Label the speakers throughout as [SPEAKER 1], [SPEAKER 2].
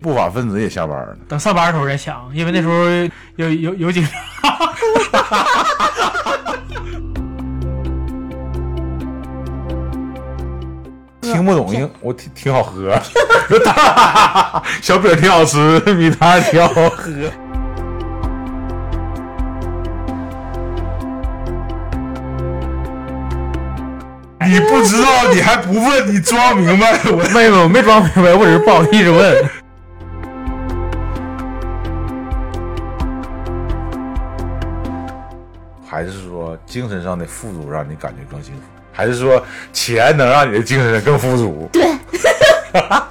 [SPEAKER 1] 不法分子也下班了。
[SPEAKER 2] 等上班的时候再抢，因为那时候有有有警察。
[SPEAKER 1] 听不懂英，我挺挺好喝，小饼挺好吃，米汤挺好喝。你哎不知道，你还不问，你装明白？我
[SPEAKER 3] 妹妹，我没装明白，我只是不好意思问。
[SPEAKER 1] 还是说精神上的富足让你感觉更幸福，还是说钱能让你的精神更富足？
[SPEAKER 4] 对，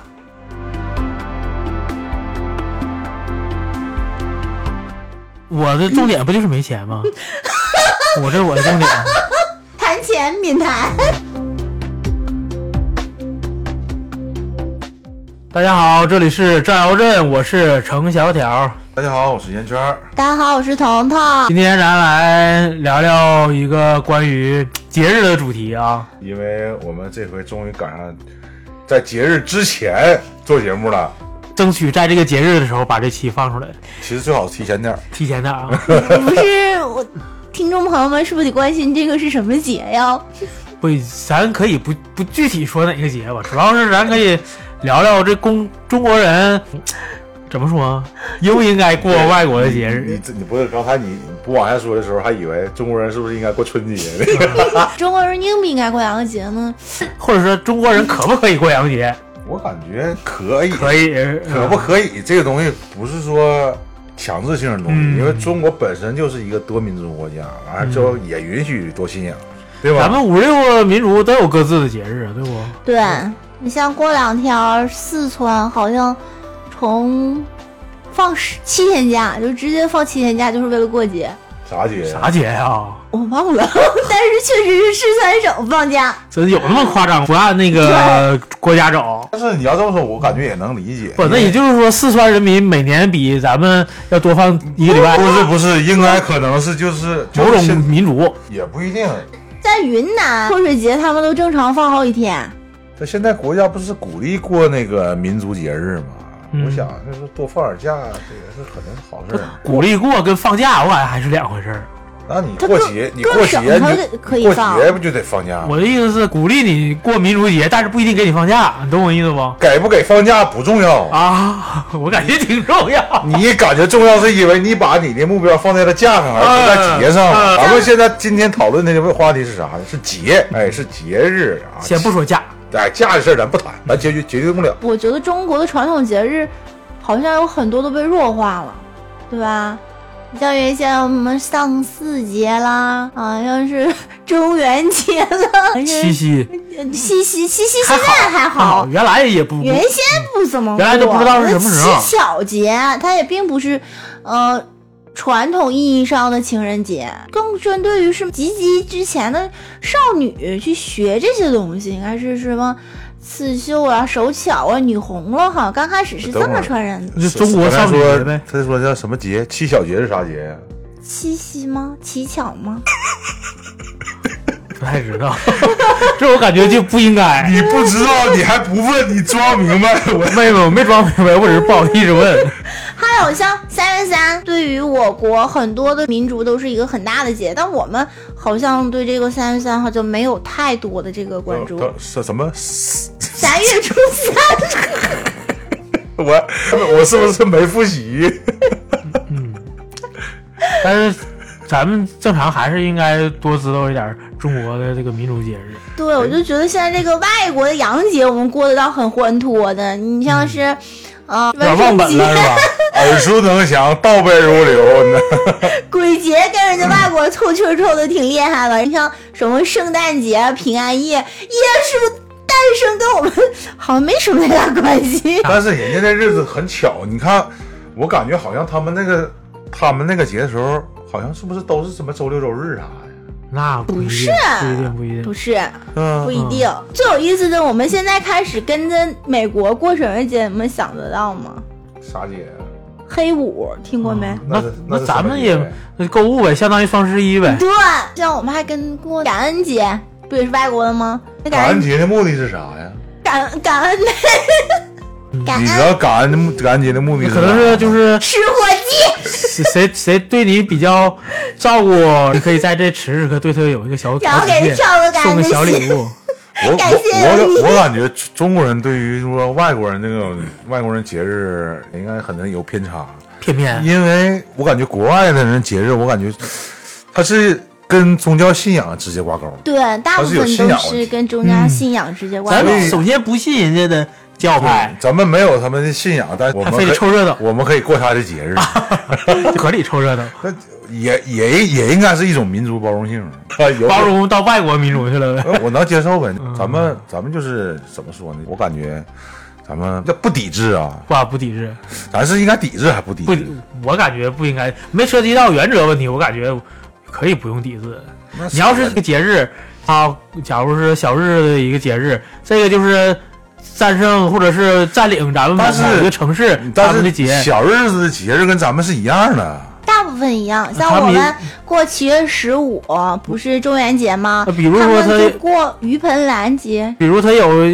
[SPEAKER 2] 我的重点不就是没钱 吗？我这是我的重点。
[SPEAKER 4] 谈钱免谈。
[SPEAKER 2] 大家好，这里是战摇镇，我是程小条。
[SPEAKER 1] 大家好，我是圆圈儿。
[SPEAKER 4] 大家好，我是彤 彤。
[SPEAKER 2] 今天咱来聊聊一个关于节日的主题啊。
[SPEAKER 1] 因为我们这回终于赶上在节日之前做节目了，
[SPEAKER 2] 争取在这个节日的时候把这期放出来，
[SPEAKER 1] 其实最好提前点儿。
[SPEAKER 2] 提前点啊。
[SPEAKER 4] 不是我，听众朋友们是不是得关心这个是什么节呀？
[SPEAKER 2] 不，咱可以不不具体说哪个节吧，主要是咱可以聊聊这公中国人怎么说，啊应不应该过外国的节
[SPEAKER 1] 你
[SPEAKER 2] 日？
[SPEAKER 1] 这你不是刚才你你不往下说的时候，还以为中国人是不是应该过春节呢？
[SPEAKER 4] 中国人应不应该过洋节呢？
[SPEAKER 2] 或者说中国人可不可以过洋节？
[SPEAKER 1] 我感觉可以，
[SPEAKER 2] 可以，
[SPEAKER 1] 可不可以？这个东西不是说强制性的东西，
[SPEAKER 2] 嗯
[SPEAKER 1] 因为中国本身就是一个多民族国家，完了之后也允许多信仰，
[SPEAKER 2] 嗯
[SPEAKER 1] 对
[SPEAKER 2] 呃咱
[SPEAKER 1] 吧？
[SPEAKER 2] 们五六个民族都有各自的节日，对不？
[SPEAKER 4] 对你像过两天儿四川好像从放十七天假，就直接放七天假，就是为了过节。
[SPEAKER 1] 啥节？
[SPEAKER 2] 啥节呀、
[SPEAKER 4] 我忘了， 但是确实是四川省放假。
[SPEAKER 2] 真有那么夸张？不按那个国家走。
[SPEAKER 1] 但是你要这么说，我感觉也能理解。
[SPEAKER 2] 不，那也就是说，四川人民每年比咱们要多放一个礼拜
[SPEAKER 1] 不。是不是，应该可能是就是就
[SPEAKER 2] 某
[SPEAKER 1] 是
[SPEAKER 2] 种
[SPEAKER 1] 现
[SPEAKER 2] 民族，
[SPEAKER 1] 也不一定。
[SPEAKER 4] 在云南泼水节，他们都正常放好几天。
[SPEAKER 1] 这现在国家不是鼓励过那个民族节日吗？
[SPEAKER 2] 嗯
[SPEAKER 1] 我想就是多放点假，这个是可能好事儿。
[SPEAKER 2] 鼓励过跟放假，我感觉还是两回事儿。
[SPEAKER 1] 那你
[SPEAKER 4] 他
[SPEAKER 1] 过
[SPEAKER 4] 各
[SPEAKER 1] 节，你
[SPEAKER 4] 各
[SPEAKER 1] 过节
[SPEAKER 4] 省他
[SPEAKER 1] 你
[SPEAKER 4] 得可以
[SPEAKER 1] 过
[SPEAKER 4] 放
[SPEAKER 1] 节不就得放假吗？
[SPEAKER 2] 我的意思是鼓励你过民族节，但是不一定给你放假，你懂我意思不？
[SPEAKER 1] 给不给放假不重要，
[SPEAKER 2] 啊， 我感觉挺重要。
[SPEAKER 1] 你感觉重要是因为你把你的目标放在了架上，而
[SPEAKER 2] 啊
[SPEAKER 1] 不在节上。
[SPEAKER 2] 嗯嗯
[SPEAKER 1] 咱们现在今天讨论的这个话题是啥呢？是节，哎，是节日啊。
[SPEAKER 2] 嗯先不说假，
[SPEAKER 1] 哎，假的事儿咱不谈，咱解决解决不了。
[SPEAKER 4] 我觉得中国的传统节日好像有很多都被弱化了，对吧？你像原先我们上巳节啦，啊，像是中元节啦，还是
[SPEAKER 2] 七夕
[SPEAKER 4] 七夕七夕现在还
[SPEAKER 2] 啊
[SPEAKER 4] 好，，
[SPEAKER 2] 原来也不
[SPEAKER 4] 原先不怎么过，
[SPEAKER 2] 原来都不知道是什么时候
[SPEAKER 4] 那乞巧节它也并不是，呃，传统意义上的情人节，更针对于是及笄之前的少女去学这些东西，应该是什么刺绣啊、手巧啊、女红了哈。刚开始是这么传人的，
[SPEAKER 2] 就中国
[SPEAKER 1] 他
[SPEAKER 2] 少女节
[SPEAKER 1] 说
[SPEAKER 2] 呗，
[SPEAKER 1] 他说叫什么节？七小节是啥节呀？
[SPEAKER 4] 七夕吗？乞巧吗？
[SPEAKER 2] 不太知道。 这我感觉就不应该。
[SPEAKER 1] 哎你不知道，你还不问，你装明白？我
[SPEAKER 3] 妹妹，我没装明白，我只是不好意思问。
[SPEAKER 4] 还有像三月三，对于我国很多的民族都是一个很大的节，但我们好像对这个三月三号就没有太多的这个 关注。
[SPEAKER 1] 什什么？
[SPEAKER 4] 三月初三。
[SPEAKER 1] 我 我是不是没复习？
[SPEAKER 2] 但是咱们正常还是应该多知道一点中国的这个民族节日。
[SPEAKER 4] 对，我就觉得现在这个外国的洋节，我们过得倒很欢脱的。
[SPEAKER 1] 嗯
[SPEAKER 4] 你像是，啊、
[SPEAKER 2] 有点忘
[SPEAKER 4] 万圣
[SPEAKER 2] 本了是
[SPEAKER 4] 节、
[SPEAKER 2] 吧？
[SPEAKER 1] 耳熟能详，倒背如流 呢。
[SPEAKER 4] 鬼节跟人家外
[SPEAKER 1] 嗯
[SPEAKER 4] 国凑趣儿凑的挺厉害了。你像什么圣诞节、啊平安夜，耶稣诞生跟我们好像没什么太大关系。
[SPEAKER 1] 但是人家那日子很巧，你看，我感觉好像他们那个他们那个节的时候，好像是不是都是什么周六周日啥的？
[SPEAKER 2] 那不一定，
[SPEAKER 4] 是
[SPEAKER 2] 不一定，不一定。
[SPEAKER 4] 不是，
[SPEAKER 1] 嗯
[SPEAKER 4] 不一定。最有意思的，我们现在开始跟着美国过什么节，你们想得到吗？
[SPEAKER 1] 啥节啊？
[SPEAKER 4] 黑五听过没？
[SPEAKER 1] 那
[SPEAKER 2] 那
[SPEAKER 1] 是那
[SPEAKER 2] 那
[SPEAKER 1] 是
[SPEAKER 2] 咱
[SPEAKER 1] 什么
[SPEAKER 2] 们
[SPEAKER 1] 节
[SPEAKER 2] 也那购物呗，相当于双十一呗。
[SPEAKER 4] 对，像我们还跟过感恩节，不也是外国的吗？那
[SPEAKER 1] 感
[SPEAKER 4] 感
[SPEAKER 1] 恩
[SPEAKER 4] 恩
[SPEAKER 1] 节的目的是啥呀？
[SPEAKER 4] 感感恩
[SPEAKER 2] 嗯
[SPEAKER 4] 感
[SPEAKER 1] 你知
[SPEAKER 4] 恩
[SPEAKER 1] 道感恩的目感恩节的目的
[SPEAKER 2] 可能
[SPEAKER 1] 是啥
[SPEAKER 2] 是就是
[SPEAKER 4] 吃火鸡，
[SPEAKER 2] 谁谁谁对你比较照顾，你可以在这时时刻对他有一个小
[SPEAKER 4] 然后
[SPEAKER 2] 小
[SPEAKER 4] 给
[SPEAKER 2] 体
[SPEAKER 4] 他上个
[SPEAKER 2] 贴，
[SPEAKER 4] 感
[SPEAKER 2] 送
[SPEAKER 4] 恩
[SPEAKER 2] 个
[SPEAKER 4] 的
[SPEAKER 2] 小礼
[SPEAKER 4] 心。
[SPEAKER 2] 物。
[SPEAKER 1] 我我
[SPEAKER 4] 感谢你
[SPEAKER 1] 我我感觉中国人对于说外国人这种外国人节日应该很能有偏差，
[SPEAKER 2] 偏偏
[SPEAKER 1] 因为我感觉国外的人节日，我感觉他是跟宗教信仰直接挂钩。
[SPEAKER 4] 对，大
[SPEAKER 1] 它
[SPEAKER 4] 部
[SPEAKER 1] 是有
[SPEAKER 4] 分
[SPEAKER 1] 信
[SPEAKER 4] 都
[SPEAKER 1] 仰问
[SPEAKER 4] 是
[SPEAKER 1] 题
[SPEAKER 4] 跟宗教信仰直接
[SPEAKER 2] 嗯
[SPEAKER 4] 挂
[SPEAKER 2] 咱
[SPEAKER 4] 钩。
[SPEAKER 2] 们首先不信人家的教派，
[SPEAKER 1] 咱们没有他们的信仰，但是哎我
[SPEAKER 2] 还
[SPEAKER 1] 们
[SPEAKER 2] 哎非得
[SPEAKER 1] 可以
[SPEAKER 2] 凑热闹啊
[SPEAKER 1] 我们可以过他的节日，
[SPEAKER 2] 就可以凑 热闹，
[SPEAKER 1] 那也也也应该是一种民族包 容性，有
[SPEAKER 2] 包容嗯到外国民族去了呗。
[SPEAKER 1] 呃我能接受呗。咱们咱们就是怎么说呢？我感觉咱们这不抵制啊，
[SPEAKER 2] 哇，不抵制，
[SPEAKER 1] 咱是应该抵制还不抵
[SPEAKER 2] 不
[SPEAKER 1] 制？，
[SPEAKER 2] 我感觉不应该，没涉及到原则问题，我感觉可以不用抵制。
[SPEAKER 1] 那
[SPEAKER 2] 你要是这个节日啊，假如是小日子的一个节日，这个就是战胜或者是占领咱们
[SPEAKER 1] 但是
[SPEAKER 2] 某一个城市，咱
[SPEAKER 1] 但
[SPEAKER 2] 们的
[SPEAKER 1] 是
[SPEAKER 2] 节，
[SPEAKER 1] 小日子的节日跟咱们是一样的，
[SPEAKER 4] 大部分一样，
[SPEAKER 2] 他
[SPEAKER 4] 像我
[SPEAKER 2] 们也
[SPEAKER 4] 们过七月十五不是中元节吗？
[SPEAKER 2] 那比如
[SPEAKER 4] 他
[SPEAKER 2] 呃说
[SPEAKER 4] 们
[SPEAKER 2] 他
[SPEAKER 4] 就，过盂盆兰节，
[SPEAKER 2] 比如他有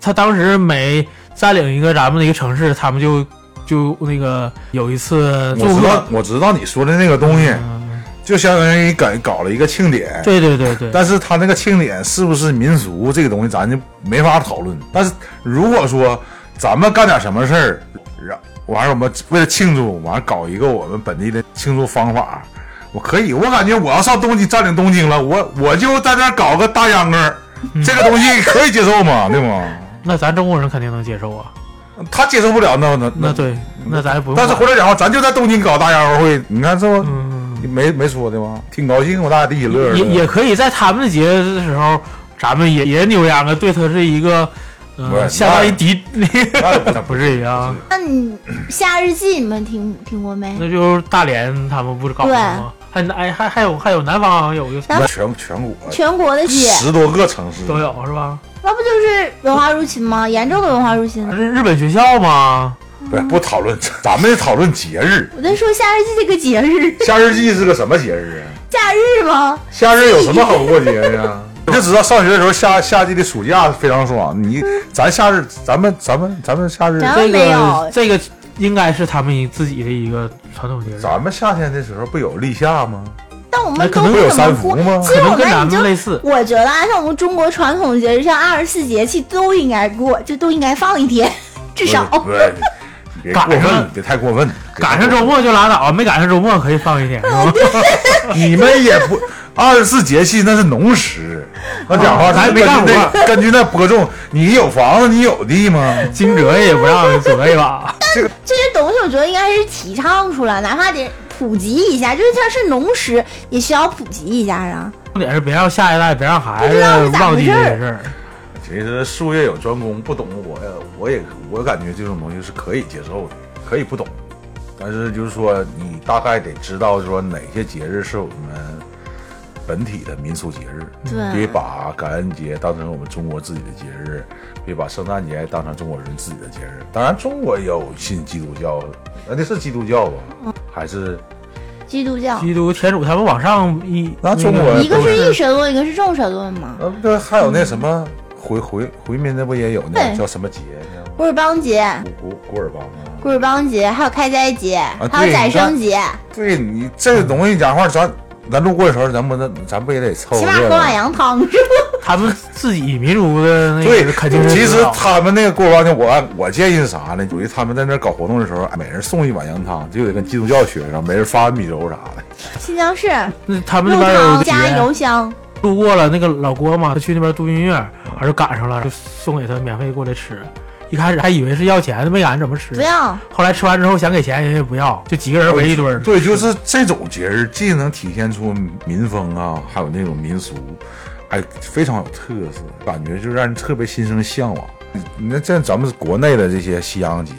[SPEAKER 2] 他当时每占领一个咱们的一个城市，他们就就那个有一次
[SPEAKER 1] 我
[SPEAKER 2] 祝
[SPEAKER 1] 知道
[SPEAKER 2] 贺，
[SPEAKER 1] 我知道你说的那个东西，
[SPEAKER 2] 嗯
[SPEAKER 1] 就相当于搞搞了一个庆典。
[SPEAKER 2] 对对对对，
[SPEAKER 1] 但是他那个庆典是不是民俗这个东西，咱就没法讨论。但是如果说咱们干点什么事儿，然完了我们为了庆祝，完了搞一个我们本地的庆祝方法，我可以。我感觉我要上东京占领东京了，我我就在这儿搞个大秧歌儿，
[SPEAKER 2] 嗯
[SPEAKER 1] 这个东西可以接受吗？对 吗？
[SPEAKER 2] 那咱中国人肯定能接受啊。
[SPEAKER 1] 他接受不了，那那
[SPEAKER 2] 那对，那咱也不用管。
[SPEAKER 1] 但是回来讲话，咱就在东京搞大秧歌会，你看这不、
[SPEAKER 2] 嗯，
[SPEAKER 1] 没没说的吗？挺高兴，我大家一起乐
[SPEAKER 2] 也也
[SPEAKER 1] 呵。
[SPEAKER 2] 可以在他们的节日的时候，咱们也也扭秧歌，对他是一个，
[SPEAKER 1] 不是
[SPEAKER 2] 呃，相当于
[SPEAKER 1] 那
[SPEAKER 2] 敌，那个
[SPEAKER 1] 那不是
[SPEAKER 2] 不至于啊。
[SPEAKER 4] 那你夏日祭你们听听过没？
[SPEAKER 2] 那就是大连他们不是搞的吗？还哎还还有还有南方好像有一个
[SPEAKER 4] 那
[SPEAKER 1] 那全全国
[SPEAKER 4] 全国的节，
[SPEAKER 1] 十多个城市
[SPEAKER 2] 都有是吧？
[SPEAKER 4] 那不就是文化入侵吗？严重的文化入侵。
[SPEAKER 2] 是日本学校吗？
[SPEAKER 1] 不是不讨论， 咱们讨论节日。
[SPEAKER 4] 我在说夏日祭这个节日，
[SPEAKER 1] 夏日祭是个什么节日啊？
[SPEAKER 4] 夏日吗？
[SPEAKER 1] 夏日有什么好过节的呀？ 你就知道上学的时候夏夏季的暑假非常爽。你咱夏日，咱们咱们咱们夏日，
[SPEAKER 4] 咱
[SPEAKER 2] 这
[SPEAKER 4] 们啊没有
[SPEAKER 2] 个这个应该是他们自己的一个传统节日，
[SPEAKER 1] 咱们夏天的时候不有立夏吗？
[SPEAKER 4] 但我
[SPEAKER 2] 那
[SPEAKER 4] 们
[SPEAKER 2] 可
[SPEAKER 4] 都
[SPEAKER 2] 能
[SPEAKER 4] 不
[SPEAKER 1] 会有
[SPEAKER 4] 怎么
[SPEAKER 1] 三伏
[SPEAKER 4] 过。
[SPEAKER 1] 吗？
[SPEAKER 4] 其
[SPEAKER 2] 可
[SPEAKER 4] 实我
[SPEAKER 2] 能跟
[SPEAKER 4] 们
[SPEAKER 2] 咱
[SPEAKER 4] 你就
[SPEAKER 2] 们类似。
[SPEAKER 4] 我觉得啊，像我们中国传统节日，像二十四节气都应该过，就都应该放一天，至少。
[SPEAKER 1] 不是，你别过
[SPEAKER 2] 赶上
[SPEAKER 1] 分，别太过分。
[SPEAKER 2] 赶上周末就拉倒，没赶上周末可以放 一天，是吧？
[SPEAKER 1] 你们也不二十四节气那是农时，那讲话
[SPEAKER 2] 啊咱也没干活
[SPEAKER 1] 根据那根据那播种，你有房子你有地吗？
[SPEAKER 2] 惊蛰也不让准一把。
[SPEAKER 4] 这些东西我觉得应该是提倡出来，哪怕得普及一下，就是它是农时，也需要普及一下啊。
[SPEAKER 2] 重点是别让下一代，别让孩子忘记这件事儿。
[SPEAKER 1] 其实术业有专攻，不懂我我也我感觉这种东西是可以接受的，可以不懂，但是就是说你大概得知道说哪些节日是我们本体的民俗节日，
[SPEAKER 4] 对
[SPEAKER 1] 别把感恩节当成我们中国自己的节日，别把圣诞节当成中国人自己的节日。当然，中国也有信基督教，呃那那是基督教
[SPEAKER 4] 嗯
[SPEAKER 1] 吧？还是
[SPEAKER 4] 基督教，
[SPEAKER 2] 基督、天主他们往上一，
[SPEAKER 1] 那中国
[SPEAKER 2] 个
[SPEAKER 1] 人
[SPEAKER 4] 一个是一神论，一个是众神论嘛。
[SPEAKER 1] 呃，不还有那什么回回回民那不也有那
[SPEAKER 4] 对
[SPEAKER 1] 叫什么节呢？
[SPEAKER 4] 古尔邦节、
[SPEAKER 1] 古古古尔邦啊。
[SPEAKER 4] 古尔邦节，还有开斋节，
[SPEAKER 2] 啊
[SPEAKER 4] 还有
[SPEAKER 1] 对
[SPEAKER 4] 宰
[SPEAKER 1] 你看
[SPEAKER 4] 牲
[SPEAKER 2] 哦
[SPEAKER 4] 节，
[SPEAKER 1] 对你这个东西讲话，咱咱路过的时候，咱不能，咱不也得凑
[SPEAKER 4] 起
[SPEAKER 1] 热
[SPEAKER 4] 码喝碗
[SPEAKER 1] 闹？
[SPEAKER 4] 羊汤是吧？
[SPEAKER 2] 他们自己民族的那
[SPEAKER 1] 对
[SPEAKER 2] 个肯定，是
[SPEAKER 1] 其
[SPEAKER 2] 知
[SPEAKER 1] 实
[SPEAKER 2] 道
[SPEAKER 1] 他们那个过完年，我按我建议是啥呢？属于他们在那儿搞活动的时候，哎每人送一碗羊汤，就得跟基督教学上，每人发碗米粥啥的。
[SPEAKER 4] 新疆市
[SPEAKER 2] 那他们
[SPEAKER 4] 鹿
[SPEAKER 2] 那边有
[SPEAKER 4] 汤
[SPEAKER 2] 个
[SPEAKER 4] 加
[SPEAKER 2] 节
[SPEAKER 4] 油香，
[SPEAKER 2] 路过了那个老郭嘛，他去那边度蜜月，完就赶上了，就送给他免费过来吃。一开始还以为是要钱的，没敢怎么吃
[SPEAKER 4] 不。要
[SPEAKER 2] 后来吃完之后想给钱，人家也不要，就几个人围一堆儿。
[SPEAKER 1] 对，就是这种节日，既能体现出民风啊，还有那种民俗，哎，非常有特色，感觉就让人特别心生向往。你那像咱们国内的这些西洋节，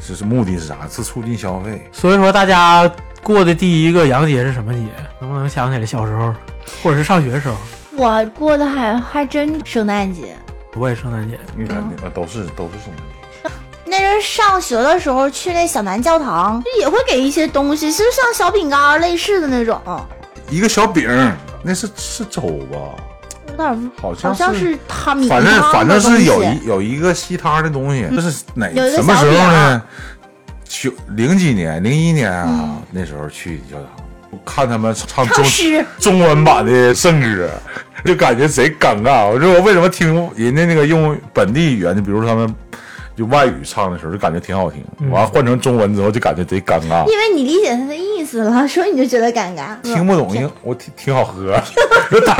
[SPEAKER 1] 是是目的是啥？是促进消费。
[SPEAKER 2] 所以说，大家过的第一个洋节是什么节？能不能想起来小时候，或者是上学的时候？
[SPEAKER 4] 我过的还还真圣诞节。
[SPEAKER 2] 我也圣诞节，
[SPEAKER 1] 你看，那都是都是圣诞节。
[SPEAKER 4] 那阵上学的时候去那小南教堂，就也会给一些东西，就像哦小饼干儿类似的那种。
[SPEAKER 1] 一个小饼儿，那是是粥吧？
[SPEAKER 4] 有点
[SPEAKER 1] 好
[SPEAKER 4] 好
[SPEAKER 1] 像
[SPEAKER 4] 像是他米
[SPEAKER 1] 反正
[SPEAKER 4] 汤
[SPEAKER 1] 反
[SPEAKER 4] 的
[SPEAKER 1] 正是
[SPEAKER 4] 东
[SPEAKER 1] 有
[SPEAKER 4] 西
[SPEAKER 1] 一有一个吸汤的东西，这是哪
[SPEAKER 4] 有一个
[SPEAKER 1] 什么
[SPEAKER 4] 小
[SPEAKER 1] 时候
[SPEAKER 4] 饼
[SPEAKER 1] 呢
[SPEAKER 4] 儿？
[SPEAKER 1] 九零几年，零一年啊，那时候去教堂，我看他们唱中
[SPEAKER 4] 诗
[SPEAKER 1] 中文版的圣歌，就感觉贼尴尬。我说我为什么听人家那个用本地语言的，比如他们就外语唱的时候，就感觉挺好听，
[SPEAKER 4] 嗯
[SPEAKER 1] 完、换成中文之后就感觉贼尴尬，
[SPEAKER 4] 因为你理解他的意思了，所以你就觉得尴尬。
[SPEAKER 1] 听不懂，因我挺挺好喝，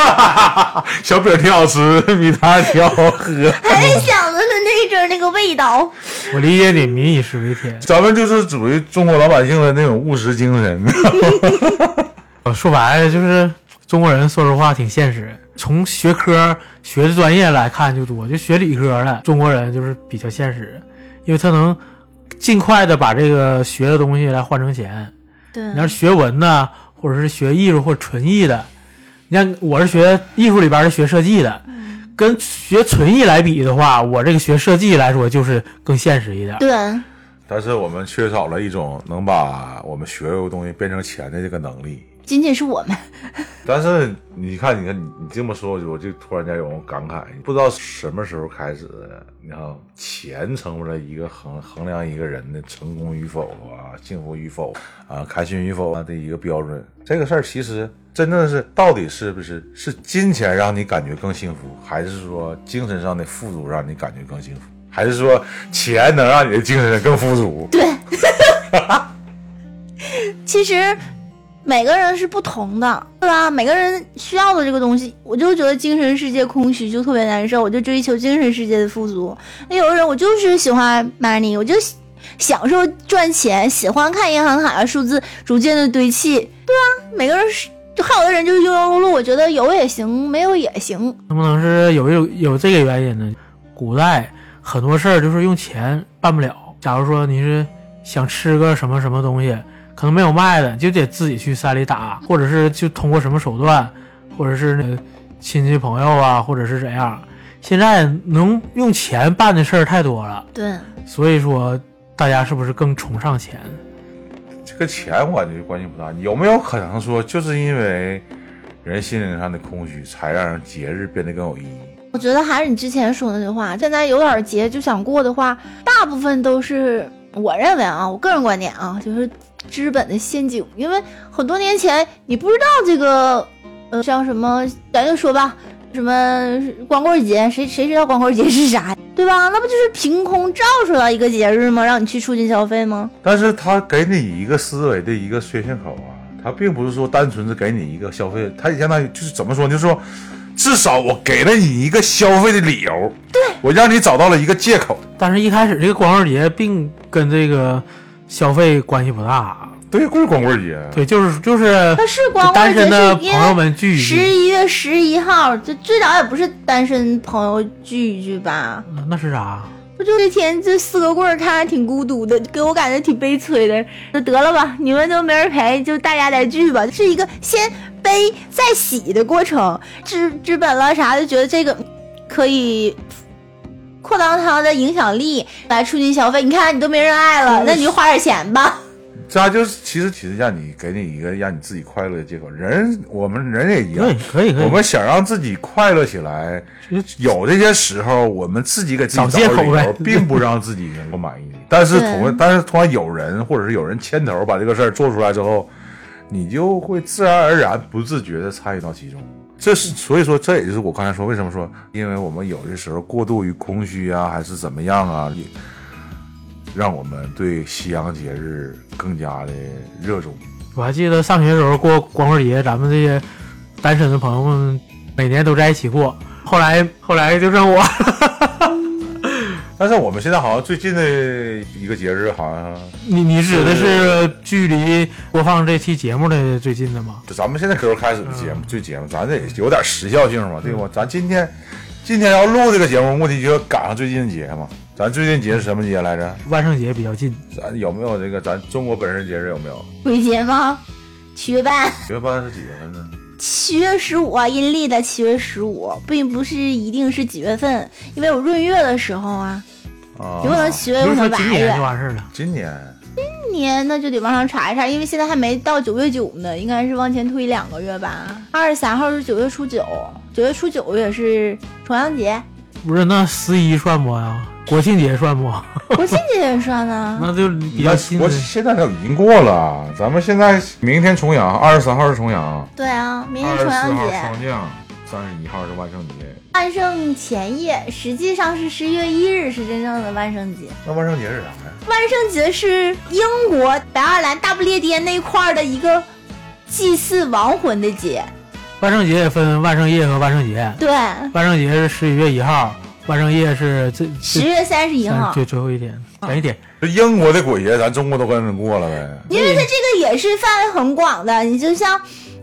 [SPEAKER 1] 小饼挺好吃，米汤挺好喝。
[SPEAKER 4] 还哎想的是那一阵儿那个味道，
[SPEAKER 2] 我理解你民以食为天。
[SPEAKER 1] 咱们就是属于中国老百姓的那种务实精神。
[SPEAKER 2] 呃说白了就是中国人，说实话挺现实。从学科、学的专业来看就多，就学理科的中国人就是比较现实，因为他能尽快的把这个学的东西来换成钱。
[SPEAKER 4] 对，
[SPEAKER 2] 你要是学文呐，或者是学艺术或者纯艺的，你像我是学艺术里边儿是学设计的，跟学纯艺来比的话，我这个学设计来说就是更现实一点儿。
[SPEAKER 4] 对，
[SPEAKER 1] 但是我们缺少了一种能把我们学过的东西变成钱的这个能力。
[SPEAKER 4] 仅仅是我们，
[SPEAKER 1] 但是你看，你看你你这么说，我就我就突然间有种感慨，不知道什么时候开始，你看钱成为了一个衡衡量一个人的成功与否啊、幸福与否啊、开心与否啊的一个标准。这个事儿其实真正是到底是不是是金钱让你感觉更幸福，还是说精神上的富足让你感觉更幸福，还是说钱能让你的精神更富足？
[SPEAKER 4] 对。其实每个人是不同的，对吧？每个人需要的这个东西，我就觉得精神世界空虚就特别难受，我就追求精神世界的富足。那有的人我就是喜欢 money，我就喜享受赚钱，喜欢看银行卡的数字逐渐的堆砌，对吧？每个人是。就还有的人就是庸庸碌碌，我觉得有也行，没有也行。
[SPEAKER 2] 能不能是有一种有这个原因呢？古代很多事儿就是用钱办不了。假如说你是想吃个什么什么东西，可能没有卖的，就得自己去山里打，或者是就通过什么手段，或者是那个亲戚朋友啊，或者是怎样。现在能用钱办的事儿太多了，
[SPEAKER 4] 对，
[SPEAKER 2] 所以说大家是不是更崇尚钱？
[SPEAKER 1] 这个钱我感觉关系不大。有没有可能说，就是因为人心灵上的空虚，才让人节日变得更有意义？
[SPEAKER 4] 我觉得还是你之前说的那句话，现在有点节就想过的话，大部分都是我认为啊，我个人观点啊，就是资本的陷阱。因为很多年前你不知道这个，呃，像什么，咱就说吧，什么呃光棍节，谁谁知道光棍节是啥，对吧？那不就是凭空造出来一个节日吗？让你去促进消费吗？
[SPEAKER 1] 但是他给你一个思维的一个缺陷口啊，他并不是说单纯是给你一个消费，他相当于就是怎么说，就是说，至少我给了你一个消费的理由，对我让你找到了一个借口。
[SPEAKER 2] 但是一开始这个光棍节并跟这个消费关系不大，
[SPEAKER 1] 对，就是光棍节，
[SPEAKER 2] 对，就是就是
[SPEAKER 4] 那是光棍
[SPEAKER 2] 单
[SPEAKER 4] 节
[SPEAKER 2] 身的
[SPEAKER 4] 是因
[SPEAKER 2] 朋友
[SPEAKER 4] 为
[SPEAKER 2] 们聚一
[SPEAKER 4] 十
[SPEAKER 2] 聚，
[SPEAKER 4] 一月十一号，就最早也不是单身朋友聚一聚吧？
[SPEAKER 2] 嗯那是啥？
[SPEAKER 4] 不就这天这四个棍儿看着挺孤独的，给我感觉挺悲催的。就得了吧，你们都没人陪，就大家来聚吧，是一个先悲再喜的过程。资资本了啥就觉得这个可以扩大它的影响力，来促进消费。你看你都没人爱了，那你就花点钱吧。
[SPEAKER 1] 这还就是其实其实让你给你一个让你自己快乐的借口。人我们人也一样
[SPEAKER 2] 可以，可以可以，
[SPEAKER 1] 我们想让自己快乐起来，有这些时候，我们自己给自己
[SPEAKER 2] 找借口
[SPEAKER 1] 理由
[SPEAKER 2] 呗
[SPEAKER 1] 并不让自己能够 满意。但是
[SPEAKER 4] 对
[SPEAKER 1] 同但是突然有人或者是有人牵头把这个事儿做出来之后，你就会自然而然不自觉的参与到其中。这是所以说，这也就是我刚才说为什么说，因为我们有的时候过度于空虚啊，还是怎么样啊，也让我们对西洋节日更加的热衷。
[SPEAKER 2] 我还记得上学的时候过光棍节，咱们这些单身的朋友们每年都在一起过。后来后来就剩我，
[SPEAKER 1] 但是我们现在好像最近的一个节日好像。
[SPEAKER 2] 你你指的是距离播放这期节目的最近的吗？
[SPEAKER 1] 就咱们现在时候开始的节目，这节目咱得有点时效性嘛，对不？咱今天今天要录这个节目，目的就要赶上最近节嘛。咱最近节是什么节来着？
[SPEAKER 2] 万圣节比较近，
[SPEAKER 1] 咱有没有这个咱中国本身节日有没有？
[SPEAKER 4] 鬼节吗？七月半，
[SPEAKER 1] 九月半是几月份呢？
[SPEAKER 4] 七月十五啊，阴历的七月十五，并不是一定是几月份，因为我闰月的时候啊，
[SPEAKER 1] 啊
[SPEAKER 4] 有，可能七月，啊
[SPEAKER 2] 不
[SPEAKER 4] 有可
[SPEAKER 2] 是说
[SPEAKER 4] 能八
[SPEAKER 2] 今
[SPEAKER 4] 月
[SPEAKER 2] 年就。完事儿了。
[SPEAKER 1] 今年
[SPEAKER 4] 今年那就得往上查一查，因为现在还没到九月九呢，应该是往前推两个月吧。二十三号是九月初九，九月初九也是重阳节，
[SPEAKER 2] 不是，那十一算不呀？国庆节算不？
[SPEAKER 4] 国庆节也算 呢。
[SPEAKER 2] 那就比较新
[SPEAKER 1] 我
[SPEAKER 2] 的。
[SPEAKER 1] 现在都已经过了，咱们现在明天重阳，二十三号是重阳，
[SPEAKER 4] 对啊，明
[SPEAKER 1] 二
[SPEAKER 4] 天
[SPEAKER 1] 十
[SPEAKER 4] 重
[SPEAKER 1] 四号
[SPEAKER 4] 阳
[SPEAKER 1] 是
[SPEAKER 4] 节，
[SPEAKER 1] 霜降，三十一号是万圣节。
[SPEAKER 4] 万圣前夜，实际上是十一月一日是真正的万圣节。
[SPEAKER 1] 那万圣节是啥呀？
[SPEAKER 4] 万圣节是英国北爱尔兰大不列颠那块儿的一个祭祀亡魂的节。
[SPEAKER 2] 万圣节也分万圣夜和万圣节，
[SPEAKER 4] 对，
[SPEAKER 2] 万圣节是十一月一号，万圣夜是这
[SPEAKER 4] 十
[SPEAKER 2] 这
[SPEAKER 4] 月三十一号，
[SPEAKER 2] 对最后一天，前一天。
[SPEAKER 1] 这英国的鬼节，咱中国都跟着过了呗。
[SPEAKER 4] 因为它这个也是范围很广的。你就像，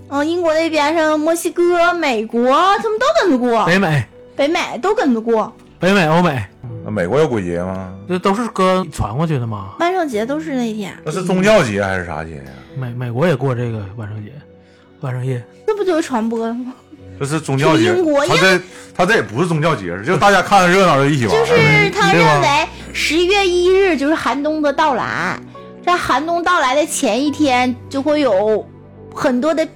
[SPEAKER 4] 嗯、英国那边上墨西哥、美国，他们都跟着过，
[SPEAKER 2] 北美、
[SPEAKER 4] 北美都跟着过。
[SPEAKER 2] 北美、欧美，
[SPEAKER 1] 那美国有鬼节吗？
[SPEAKER 2] 这都是搁传过去的嘛。
[SPEAKER 4] 万圣节都是那天，
[SPEAKER 1] 那是宗教节还是啥节呀？
[SPEAKER 2] 美美国也过这个万圣节、万圣夜。
[SPEAKER 4] 那不就是传播了吗？
[SPEAKER 1] 这是宗教节
[SPEAKER 4] 是英国，
[SPEAKER 1] 他这他这也不是宗教节，就大家看热闹就一起玩
[SPEAKER 4] 就
[SPEAKER 1] 儿呗。
[SPEAKER 4] 是他
[SPEAKER 1] 啊对吧
[SPEAKER 4] 认为十一月一日就是寒冬的到来，在寒冬到来的前一天，就会有很多的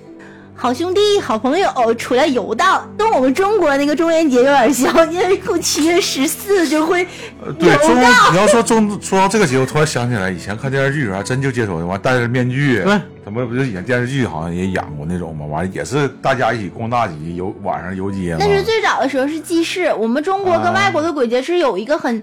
[SPEAKER 4] 好兄弟、好朋友出来游荡，跟我们中国那个中元节有点像，因为过七月十四就会
[SPEAKER 1] 呃对
[SPEAKER 4] 游
[SPEAKER 1] 中，
[SPEAKER 4] 荡。
[SPEAKER 1] 你要说中说到这个节，我突然想起来，以前看电视剧还真就接触，完戴着面具
[SPEAKER 2] 对，
[SPEAKER 1] 咱们不是以前电视剧好像也演过那种嘛，完也是大家一起逛大集，游晚上游街嘛
[SPEAKER 4] 那。是最早的时候是祭祀，我们中国跟外国的鬼节是有一个很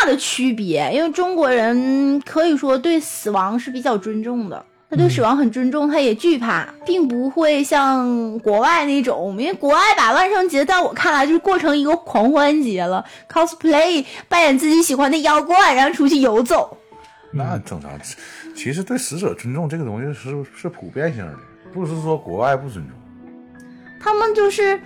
[SPEAKER 4] 大的区别，因为中国人可以说对死亡是比较尊重的。他对死亡很尊重，他也惧怕，并不会像国外那种，因为国外把万圣节在我看来就是过成一个狂欢节了，cosplay 扮演自己喜欢的妖怪，然后出去游走。
[SPEAKER 1] 那正常，其实对死者尊重这个东西是是普遍性的，不是说国外不尊重。
[SPEAKER 4] 他们就是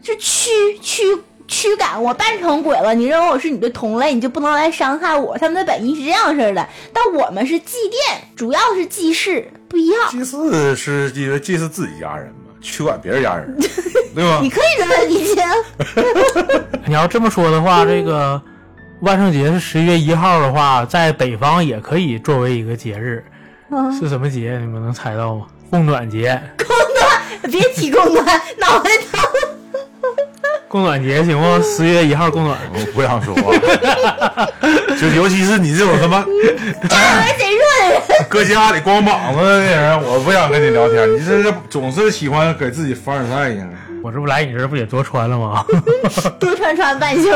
[SPEAKER 4] 是驱驱驱赶我扮成鬼了，你认为我是你的同类，你就不能来伤害我。他们的本意是这样式儿的，但我们是祭奠，主要是祭祀，不一样。
[SPEAKER 1] 祭祀是因为祭祀自己家人嘛，驱赶别人家人，对吧
[SPEAKER 4] 你？可以这么理解，
[SPEAKER 2] 你要这么说的话，这个万圣节是十一月一号的话，在北方也可以作为一个节日，
[SPEAKER 4] 嗯，
[SPEAKER 2] 是什么节？你们能猜到吗？供暖节，
[SPEAKER 4] 别提供了，脑袋疼。
[SPEAKER 2] 供暖节行不？十月一号供暖，
[SPEAKER 1] 我不想说 话，就尤其是你这种他妈
[SPEAKER 4] 这回谁说的人？
[SPEAKER 1] 搁家里光膀子的人，我不想跟你聊天。你这是总是喜欢给自己凡尔赛一样。
[SPEAKER 2] 我这不来你这儿不也多穿了吗？
[SPEAKER 4] 多穿穿半袖。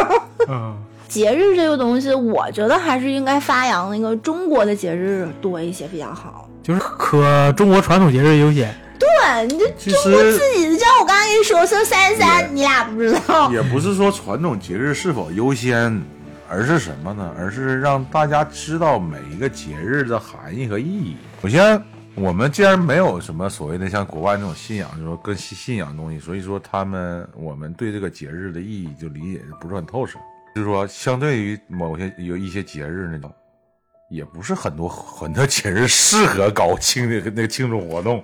[SPEAKER 2] 嗯，
[SPEAKER 4] 节日这个东西，我觉得还是应该发扬那个中国的节日多一些比较好。
[SPEAKER 2] 就是可中国传统节日优先。
[SPEAKER 4] 对，你就
[SPEAKER 1] 其
[SPEAKER 4] 中国
[SPEAKER 1] 实
[SPEAKER 4] 自己的，就像我刚才跟你说，说三十
[SPEAKER 1] 也
[SPEAKER 4] 三，你俩不知
[SPEAKER 2] 哦
[SPEAKER 4] 道。
[SPEAKER 1] 也不是说传统节日是否优先，而是什么呢？而是让大家知道每一个节日的含义和意义。首先，我们既然没有什么所谓的像国外那种信仰，就是说跟信信仰的东西，所以说他们我们对这个节日的意义就理解的不是很透彻。就是说，相对于某些有一些节日那种，也不是很多很多节日适合搞庆那个那个庆祝活动。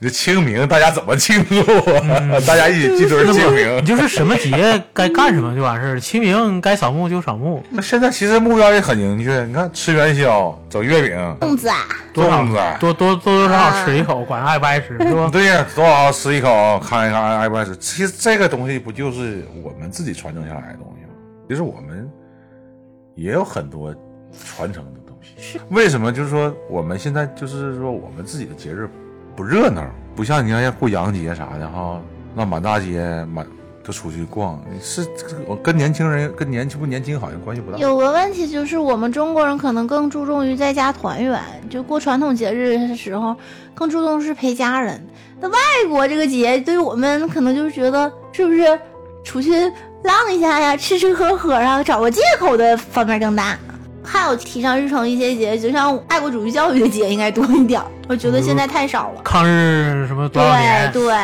[SPEAKER 1] 你清明大家怎么庆祝啊？ 大家一起聚堆儿清明，
[SPEAKER 2] 你嗯就是什么节该干什么就完事儿，清明该扫墓就扫墓，
[SPEAKER 1] 那现在其实目标也很明确，你看吃元宵、整月饼、
[SPEAKER 4] 粽子啊，
[SPEAKER 2] 多少
[SPEAKER 1] 粽子，
[SPEAKER 2] 多多多多少
[SPEAKER 4] 啊
[SPEAKER 2] 少吃一口，管爱不爱吃是吧？
[SPEAKER 1] 对呀，多少吃一口，看一看爱不爱吃。其实这个东西不就是我们自己传承下来的东西吗？其实我们也有很多传承的东西。为什么就是说我们现在就是说我们自己的节日不热闹，不像你看过洋节啥的哈，那满大街满都出去逛，是这个我跟年轻人跟年轻不年轻好像关系不大。
[SPEAKER 4] 有个问题就是，我们中国人可能更注重于在家团圆，就过传统节日的时候，更注重是陪家人。那外国这个节，对于我们可能就是觉得是不是出去浪一下呀，吃吃喝喝啊，找个借口的方面更大。还有提上日程一些节，就像爱国主义教育的节应该多一点儿，我觉
[SPEAKER 1] 嗯
[SPEAKER 4] 得现在太少了。
[SPEAKER 2] 抗日什么多少
[SPEAKER 4] 对
[SPEAKER 2] 年？
[SPEAKER 4] 对，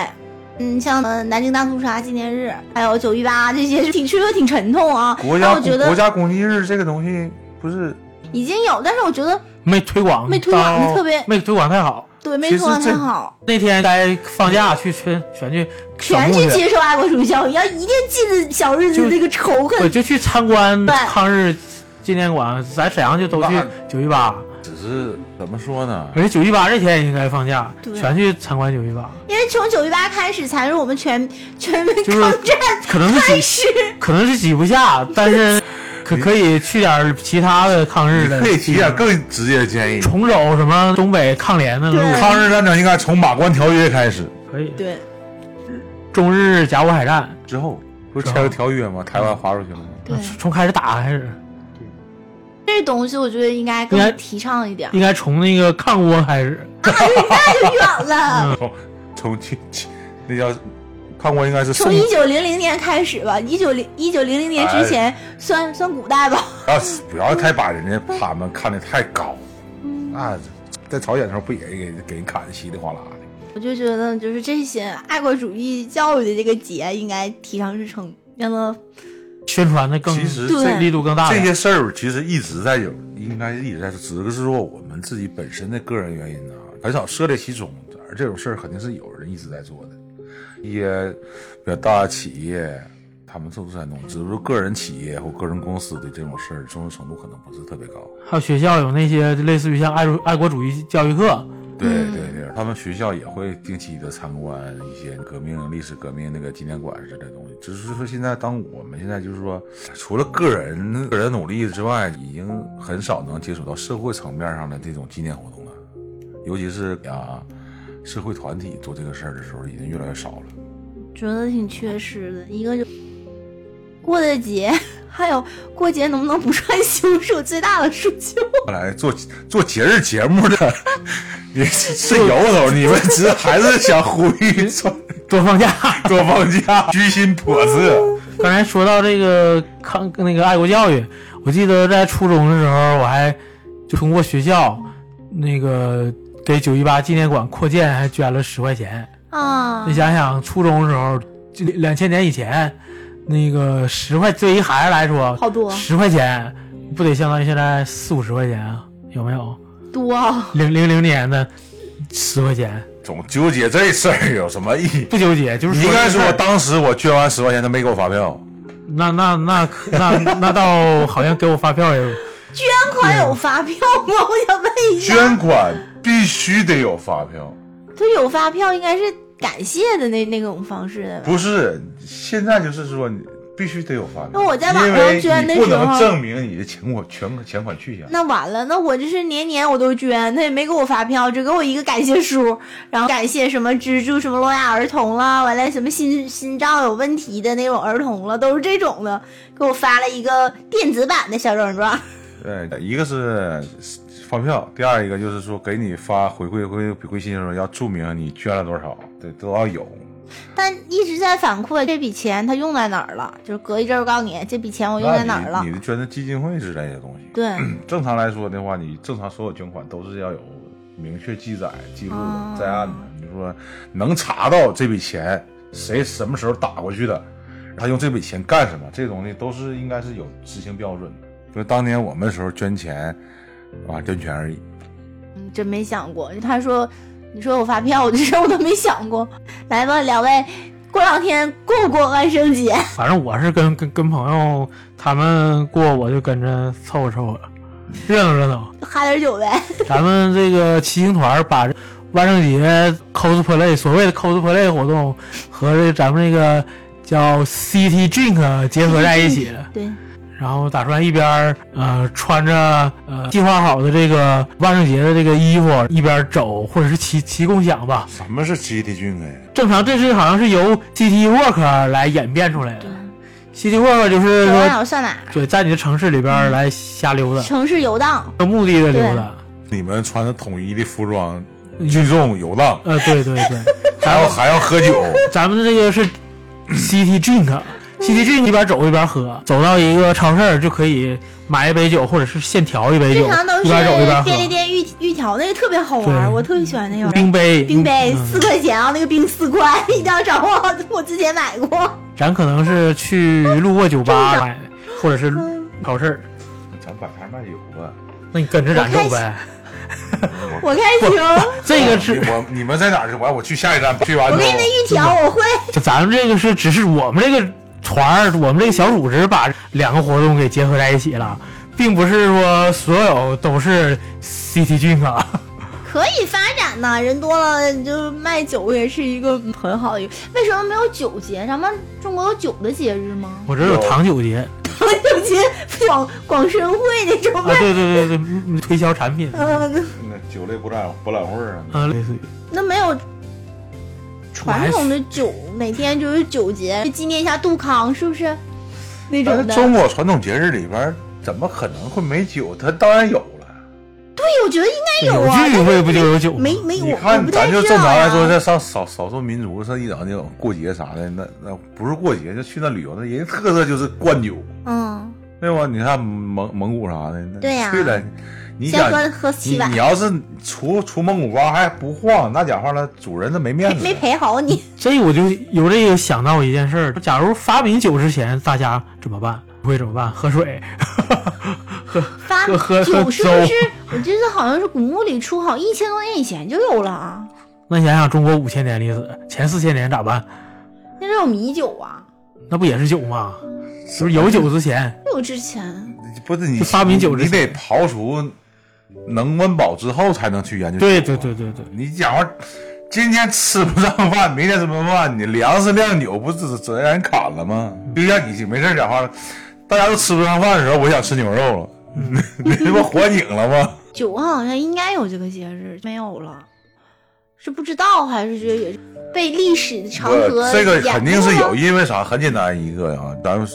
[SPEAKER 4] 嗯，像呃南京大屠杀纪念日，还有九一八这些，挺确实挺沉痛啊。
[SPEAKER 1] 国
[SPEAKER 4] 但
[SPEAKER 1] 家
[SPEAKER 4] 我觉得
[SPEAKER 1] 国家公祭日这个东西不是
[SPEAKER 4] 已经有，但是我觉得
[SPEAKER 2] 没推广到，
[SPEAKER 4] 没推广特别
[SPEAKER 2] 没推广太好。
[SPEAKER 4] 对没
[SPEAKER 1] 其实
[SPEAKER 4] 说的
[SPEAKER 1] 这
[SPEAKER 4] 太好，
[SPEAKER 2] 那天该放假去全全去扫
[SPEAKER 4] 全
[SPEAKER 2] 墓
[SPEAKER 4] 去接受爱国主义教育，要一定记得小日子
[SPEAKER 2] 就
[SPEAKER 4] 那个仇
[SPEAKER 2] 我
[SPEAKER 4] 恨。
[SPEAKER 2] 就去参观
[SPEAKER 4] 对
[SPEAKER 2] 抗日纪念馆，咱沈阳就都去
[SPEAKER 1] 那
[SPEAKER 2] 九一八，
[SPEAKER 1] 只是怎么说呢？
[SPEAKER 2] 而且九一八这天也应该放假，
[SPEAKER 4] 对
[SPEAKER 2] 全去参观九一八。
[SPEAKER 4] 因为从九一八开始才是我们全 全民
[SPEAKER 2] 就是
[SPEAKER 4] 抗战
[SPEAKER 2] 可能是
[SPEAKER 4] 开
[SPEAKER 2] 挤，
[SPEAKER 4] 始，
[SPEAKER 2] 可能是挤不下，但是可可以去点儿其他的抗日的，
[SPEAKER 1] 可以提点更直接的建议：
[SPEAKER 2] 重走什么东北抗联的路，
[SPEAKER 4] 对
[SPEAKER 1] 抗日战争应该从马关条约开始，
[SPEAKER 2] 可以
[SPEAKER 4] 对，
[SPEAKER 2] 中日甲午海战
[SPEAKER 1] 之后不是签了条约吗？台湾划出去了吗？
[SPEAKER 4] 对，
[SPEAKER 2] 从开始打开始，
[SPEAKER 4] 这东西我觉得应该
[SPEAKER 2] 应该
[SPEAKER 4] 更提倡一点儿，
[SPEAKER 2] 应该从那个抗倭开始，
[SPEAKER 4] 太 远了。
[SPEAKER 1] 从从去去那叫看过应该是宋
[SPEAKER 4] 从，一九零零年开始吧，一九零一九零零年之前、算算古代吧。
[SPEAKER 1] 不要啊不要太把人家他们看得太高，那在朝鲜的时候不也给给人砍得稀里哗啦的？
[SPEAKER 4] 我就觉得，就是这些爱国主义教育的这个节，应该提上日程，让它
[SPEAKER 2] 宣传的更
[SPEAKER 1] 其实
[SPEAKER 4] 对
[SPEAKER 1] 这
[SPEAKER 2] 力度更大
[SPEAKER 1] 这
[SPEAKER 2] 点。
[SPEAKER 1] 些事儿其实一直在有，应该一直在，只是说我们自己本身的个人原因呢、很少涉猎其中。而这种事儿肯定是有人一直在做的，一些比较大的企业，他们做出在弄，只不过个人企业或个人公司的这种事儿，重视程度可能不是特别高。
[SPEAKER 2] 还有学校有那些类似于像爱爱国主义教育课，
[SPEAKER 1] 对
[SPEAKER 4] 嗯
[SPEAKER 1] 对对，他们学校也会定期的参观一些革命、历史革命那个纪念馆之类的东西。只是说现在，当我们现在就是说，除了个人个人努力之外，已经很少能接触到社会层面上的这种纪念活动了。尤其是啊，社会团体做这个事儿的时候，已经越来越少了。
[SPEAKER 4] 觉得挺缺失的。一个就过的节， 还有过节能不能不穿休是我最大的诉 求。
[SPEAKER 1] 后来做做节日节目的， 也是是由头，你们只是还是想呼吁说
[SPEAKER 2] 多放假。
[SPEAKER 1] 多放假，居心叵测。
[SPEAKER 2] 刚才说到这个抗那个爱国教育，我记得在初中的时候，我还就通过学校那个给九一八纪念馆扩建还捐了十块钱。
[SPEAKER 4] 啊
[SPEAKER 2] 你，想想，初中的时候，就两千年以前，那个十块对于孩子来说，
[SPEAKER 4] 好多
[SPEAKER 2] 十块钱不得相当于现在四五十块钱啊？有没有？
[SPEAKER 4] 多啊
[SPEAKER 2] 零零零年的十块钱
[SPEAKER 1] 总纠结这事儿有什么意 义？
[SPEAKER 2] 不纠结，就是
[SPEAKER 1] 你应该说
[SPEAKER 2] 说这，事儿
[SPEAKER 1] 当时我捐完十块钱，他没给我发票。
[SPEAKER 2] 那那那那那那倒好像给我发票也。
[SPEAKER 4] 捐款有发票吗？ 我想问一下，
[SPEAKER 1] 捐款必须得有发票，
[SPEAKER 4] 他有发票应该是感谢的那那种方式的吧？
[SPEAKER 1] 不是现在就是说你必须得有发票。
[SPEAKER 4] 那我在网上
[SPEAKER 1] 因为
[SPEAKER 4] 捐的
[SPEAKER 1] 你不
[SPEAKER 4] 时
[SPEAKER 1] 能
[SPEAKER 4] 候
[SPEAKER 1] 证明你的钱我全钱款去向。
[SPEAKER 4] 那完了，那我就是年年我都捐，他也没给我发票，只给我一个感谢书，然后感谢什么资助什么聋哑儿童啦，完了什么心心脏有问题的那种儿童了，都是这种的，给我发了一个电子版的小奖状。
[SPEAKER 1] 对，呃一个是发票，第二一个就是说给你发回馈回回馈信的时候要注明你捐了多少，对，都要有。
[SPEAKER 4] 但一直在反馈这笔钱他用在哪儿了，就是隔一阵儿告诉你这笔钱我用
[SPEAKER 1] 那
[SPEAKER 4] 在哪儿了
[SPEAKER 1] 你。你的捐的基金会之类的东西。
[SPEAKER 4] 对，嗯
[SPEAKER 1] 正常来说的话，你正常所有捐款都是要有明确记载、记录
[SPEAKER 2] 啊
[SPEAKER 1] 的、在案的。你说能查到这笔钱谁什么时候打过去的，他用这笔钱干什么，这东西都是应该是有执行标准的。就当年我们的时候捐钱，啊，捐钱而已。
[SPEAKER 4] 嗯真没想过。他说，你说我发票，我这事儿我都没想过。来吧，两位，过两天过不过万圣节？
[SPEAKER 2] 反正我是跟跟跟朋友他们过，我就跟着凑合凑合，热闹热闹。
[SPEAKER 4] 喝点酒呗。
[SPEAKER 2] 咱们这个骑行团把万圣节 cosplay 所谓的 cosplay 活动和这咱们这个叫 CT Drink 结合在一起，
[SPEAKER 4] 对，
[SPEAKER 2] 然后打算一边儿呃穿着呃计划好的这个万圣节的这个衣服，一边儿走或者是骑骑共享吧。
[SPEAKER 1] 什么是 GT 军哎？
[SPEAKER 2] 正常这是好像是由 CT Walk 来演变出来的。CT Walk 就是
[SPEAKER 4] 走
[SPEAKER 2] 说
[SPEAKER 4] 到哪儿算哪儿。
[SPEAKER 2] 对，在你的城市里边儿来瞎溜达，
[SPEAKER 4] 城市游荡，
[SPEAKER 2] 有目的的溜达。
[SPEAKER 1] 你们穿着统一的服装聚众游荡，
[SPEAKER 2] 呃，对对对，
[SPEAKER 1] 还要还要喝酒，
[SPEAKER 2] 咱们这个是 CT
[SPEAKER 4] 嗯
[SPEAKER 2] Drink，CT Drink 一边走一边喝，走到一个超市儿就可以买一杯酒，或者是现调一杯酒，
[SPEAKER 4] 经常都
[SPEAKER 2] 一
[SPEAKER 4] 是
[SPEAKER 2] 边走一边
[SPEAKER 4] 便利
[SPEAKER 2] 喝。
[SPEAKER 4] 店预预调那个特别好玩儿，
[SPEAKER 2] 对
[SPEAKER 4] 我特别喜欢那个玩意儿。
[SPEAKER 2] 冰杯，
[SPEAKER 4] 冰杯
[SPEAKER 2] 嗯
[SPEAKER 4] 四块钱啊，那个冰四块， 一定要找我，我之前买过。
[SPEAKER 2] 咱可能是去路过酒吧买，或者是
[SPEAKER 4] 嗯
[SPEAKER 2] 超市儿，
[SPEAKER 1] 咱摆摊卖酒吧。
[SPEAKER 2] 那你跟着咱走
[SPEAKER 4] 我
[SPEAKER 2] 呗
[SPEAKER 4] 开。我开始，
[SPEAKER 2] 这个是
[SPEAKER 1] 我你们在哪儿去？完我去下一站，去完
[SPEAKER 4] 我
[SPEAKER 1] 之
[SPEAKER 4] 给
[SPEAKER 1] 后
[SPEAKER 4] 你那预调，我会。
[SPEAKER 2] 就咱们这个是只是我们这个团儿，我们这个小组织把两个活动给结合在一起了。并不是说所有都是 CT 菌啊。
[SPEAKER 4] 可以发展呐，人多了就是卖酒也是一个很好的一个。为什么没有酒节？咱们中国有酒的节日吗？
[SPEAKER 2] 我这有糖酒节
[SPEAKER 4] 我 酒节广广深会那种
[SPEAKER 2] 啊，对对对对嗯，推销产
[SPEAKER 1] 啊
[SPEAKER 2] 品，
[SPEAKER 4] 嗯，
[SPEAKER 1] 那酒类博览博览会啊，
[SPEAKER 2] 嗯，类似于
[SPEAKER 4] 那没有传统的酒，每天就是酒节，就纪念一下杜康，是不是？那
[SPEAKER 1] 但
[SPEAKER 4] 种
[SPEAKER 1] 是
[SPEAKER 4] 的。
[SPEAKER 1] 中国传统节日里边儿怎么可能会没酒？它当然有了。
[SPEAKER 4] 对，哎我觉得应该有
[SPEAKER 2] 有
[SPEAKER 4] 啊。
[SPEAKER 2] 聚会不就有酒吗？
[SPEAKER 4] 没没，
[SPEAKER 1] 你
[SPEAKER 4] 我我
[SPEAKER 1] 看，
[SPEAKER 4] 不太
[SPEAKER 1] 咱就
[SPEAKER 4] 知
[SPEAKER 1] 正
[SPEAKER 4] 道
[SPEAKER 1] 常来说，
[SPEAKER 4] 呀
[SPEAKER 1] 这上少少数民族上一整那种过节啥的，那那不是过节，就去那旅游，那人家特色就是灌酒，
[SPEAKER 4] 嗯，
[SPEAKER 1] 对吧？你看蒙蒙古啥的，那
[SPEAKER 4] 对呀
[SPEAKER 1] 去了，你
[SPEAKER 4] 先
[SPEAKER 1] 想
[SPEAKER 4] 喝喝七
[SPEAKER 1] 你
[SPEAKER 4] 碗
[SPEAKER 1] 你，要是除除蒙古包还不晃，那讲话了，主人那没面
[SPEAKER 4] 没
[SPEAKER 1] 子。
[SPEAKER 4] 没陪好你。
[SPEAKER 2] 这我就有这个想到一件事儿，假如发明酒之前大家怎么办？不会怎么办？喝水， 喝
[SPEAKER 4] 发
[SPEAKER 2] 喝喝
[SPEAKER 4] 酒
[SPEAKER 2] 喝
[SPEAKER 4] 是
[SPEAKER 2] 粥
[SPEAKER 4] 不。是？我记得好像是古墓里出，好像一千多年以前就有了啊。
[SPEAKER 2] 那你想想，中国五千年历史，前四千年咋办？
[SPEAKER 4] 那是有米酒啊，
[SPEAKER 2] 那不也是酒吗？是不是有酒之前？
[SPEAKER 4] 那有之前
[SPEAKER 1] 不是你
[SPEAKER 2] 就发明酒
[SPEAKER 1] 你
[SPEAKER 2] 之前
[SPEAKER 1] 得刨除能温饱之后才能去研究。
[SPEAKER 2] 对对对对对，
[SPEAKER 1] 你讲话，今天吃不上饭，明天吃不上饭，你粮食量酒不是只让人砍了吗？就像你没事儿讲话了，大家都吃不上饭的时候，我想吃牛肉了，
[SPEAKER 4] 嗯
[SPEAKER 1] 你这不火警了吗？
[SPEAKER 4] 酒啊好像应该有这个节日，没有了，是不知道还是觉得也是被历史的长河
[SPEAKER 1] 我这个
[SPEAKER 4] 掩
[SPEAKER 1] 肯定是
[SPEAKER 4] 没
[SPEAKER 1] 有，
[SPEAKER 4] 了
[SPEAKER 1] 因为啥？很简单一个啊，咱们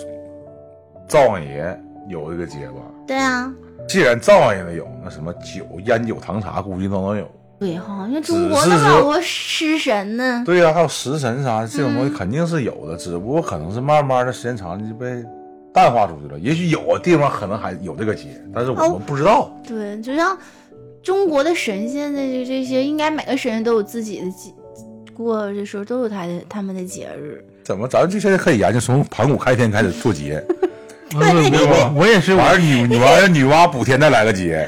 [SPEAKER 1] 灶王爷有一个结巴，
[SPEAKER 4] 对啊，
[SPEAKER 1] 既然灶王爷没有，那什么酒、烟酒、糖茶估计都能有。
[SPEAKER 4] 对哈，因为中国
[SPEAKER 1] 只
[SPEAKER 4] 那
[SPEAKER 1] 是
[SPEAKER 4] 么
[SPEAKER 1] 说
[SPEAKER 4] 老多食神呢，
[SPEAKER 1] 对呀、还有食神啥这种东西肯定是有的，只不过可能是慢慢的时间长了就被淡化出去了。也许有啊的地方可能还有这个节，但是我
[SPEAKER 4] 哦
[SPEAKER 1] 们不知道。
[SPEAKER 4] 对，就像中国的神仙的这这些，应该每个神仙都有自己的节，过的时候都有他的他们的节日。
[SPEAKER 1] 怎么，咱们这现在可以研究从盘古开天开始做节，
[SPEAKER 2] 我我我也是，我
[SPEAKER 1] 完了女女完了女娲补天再来个节，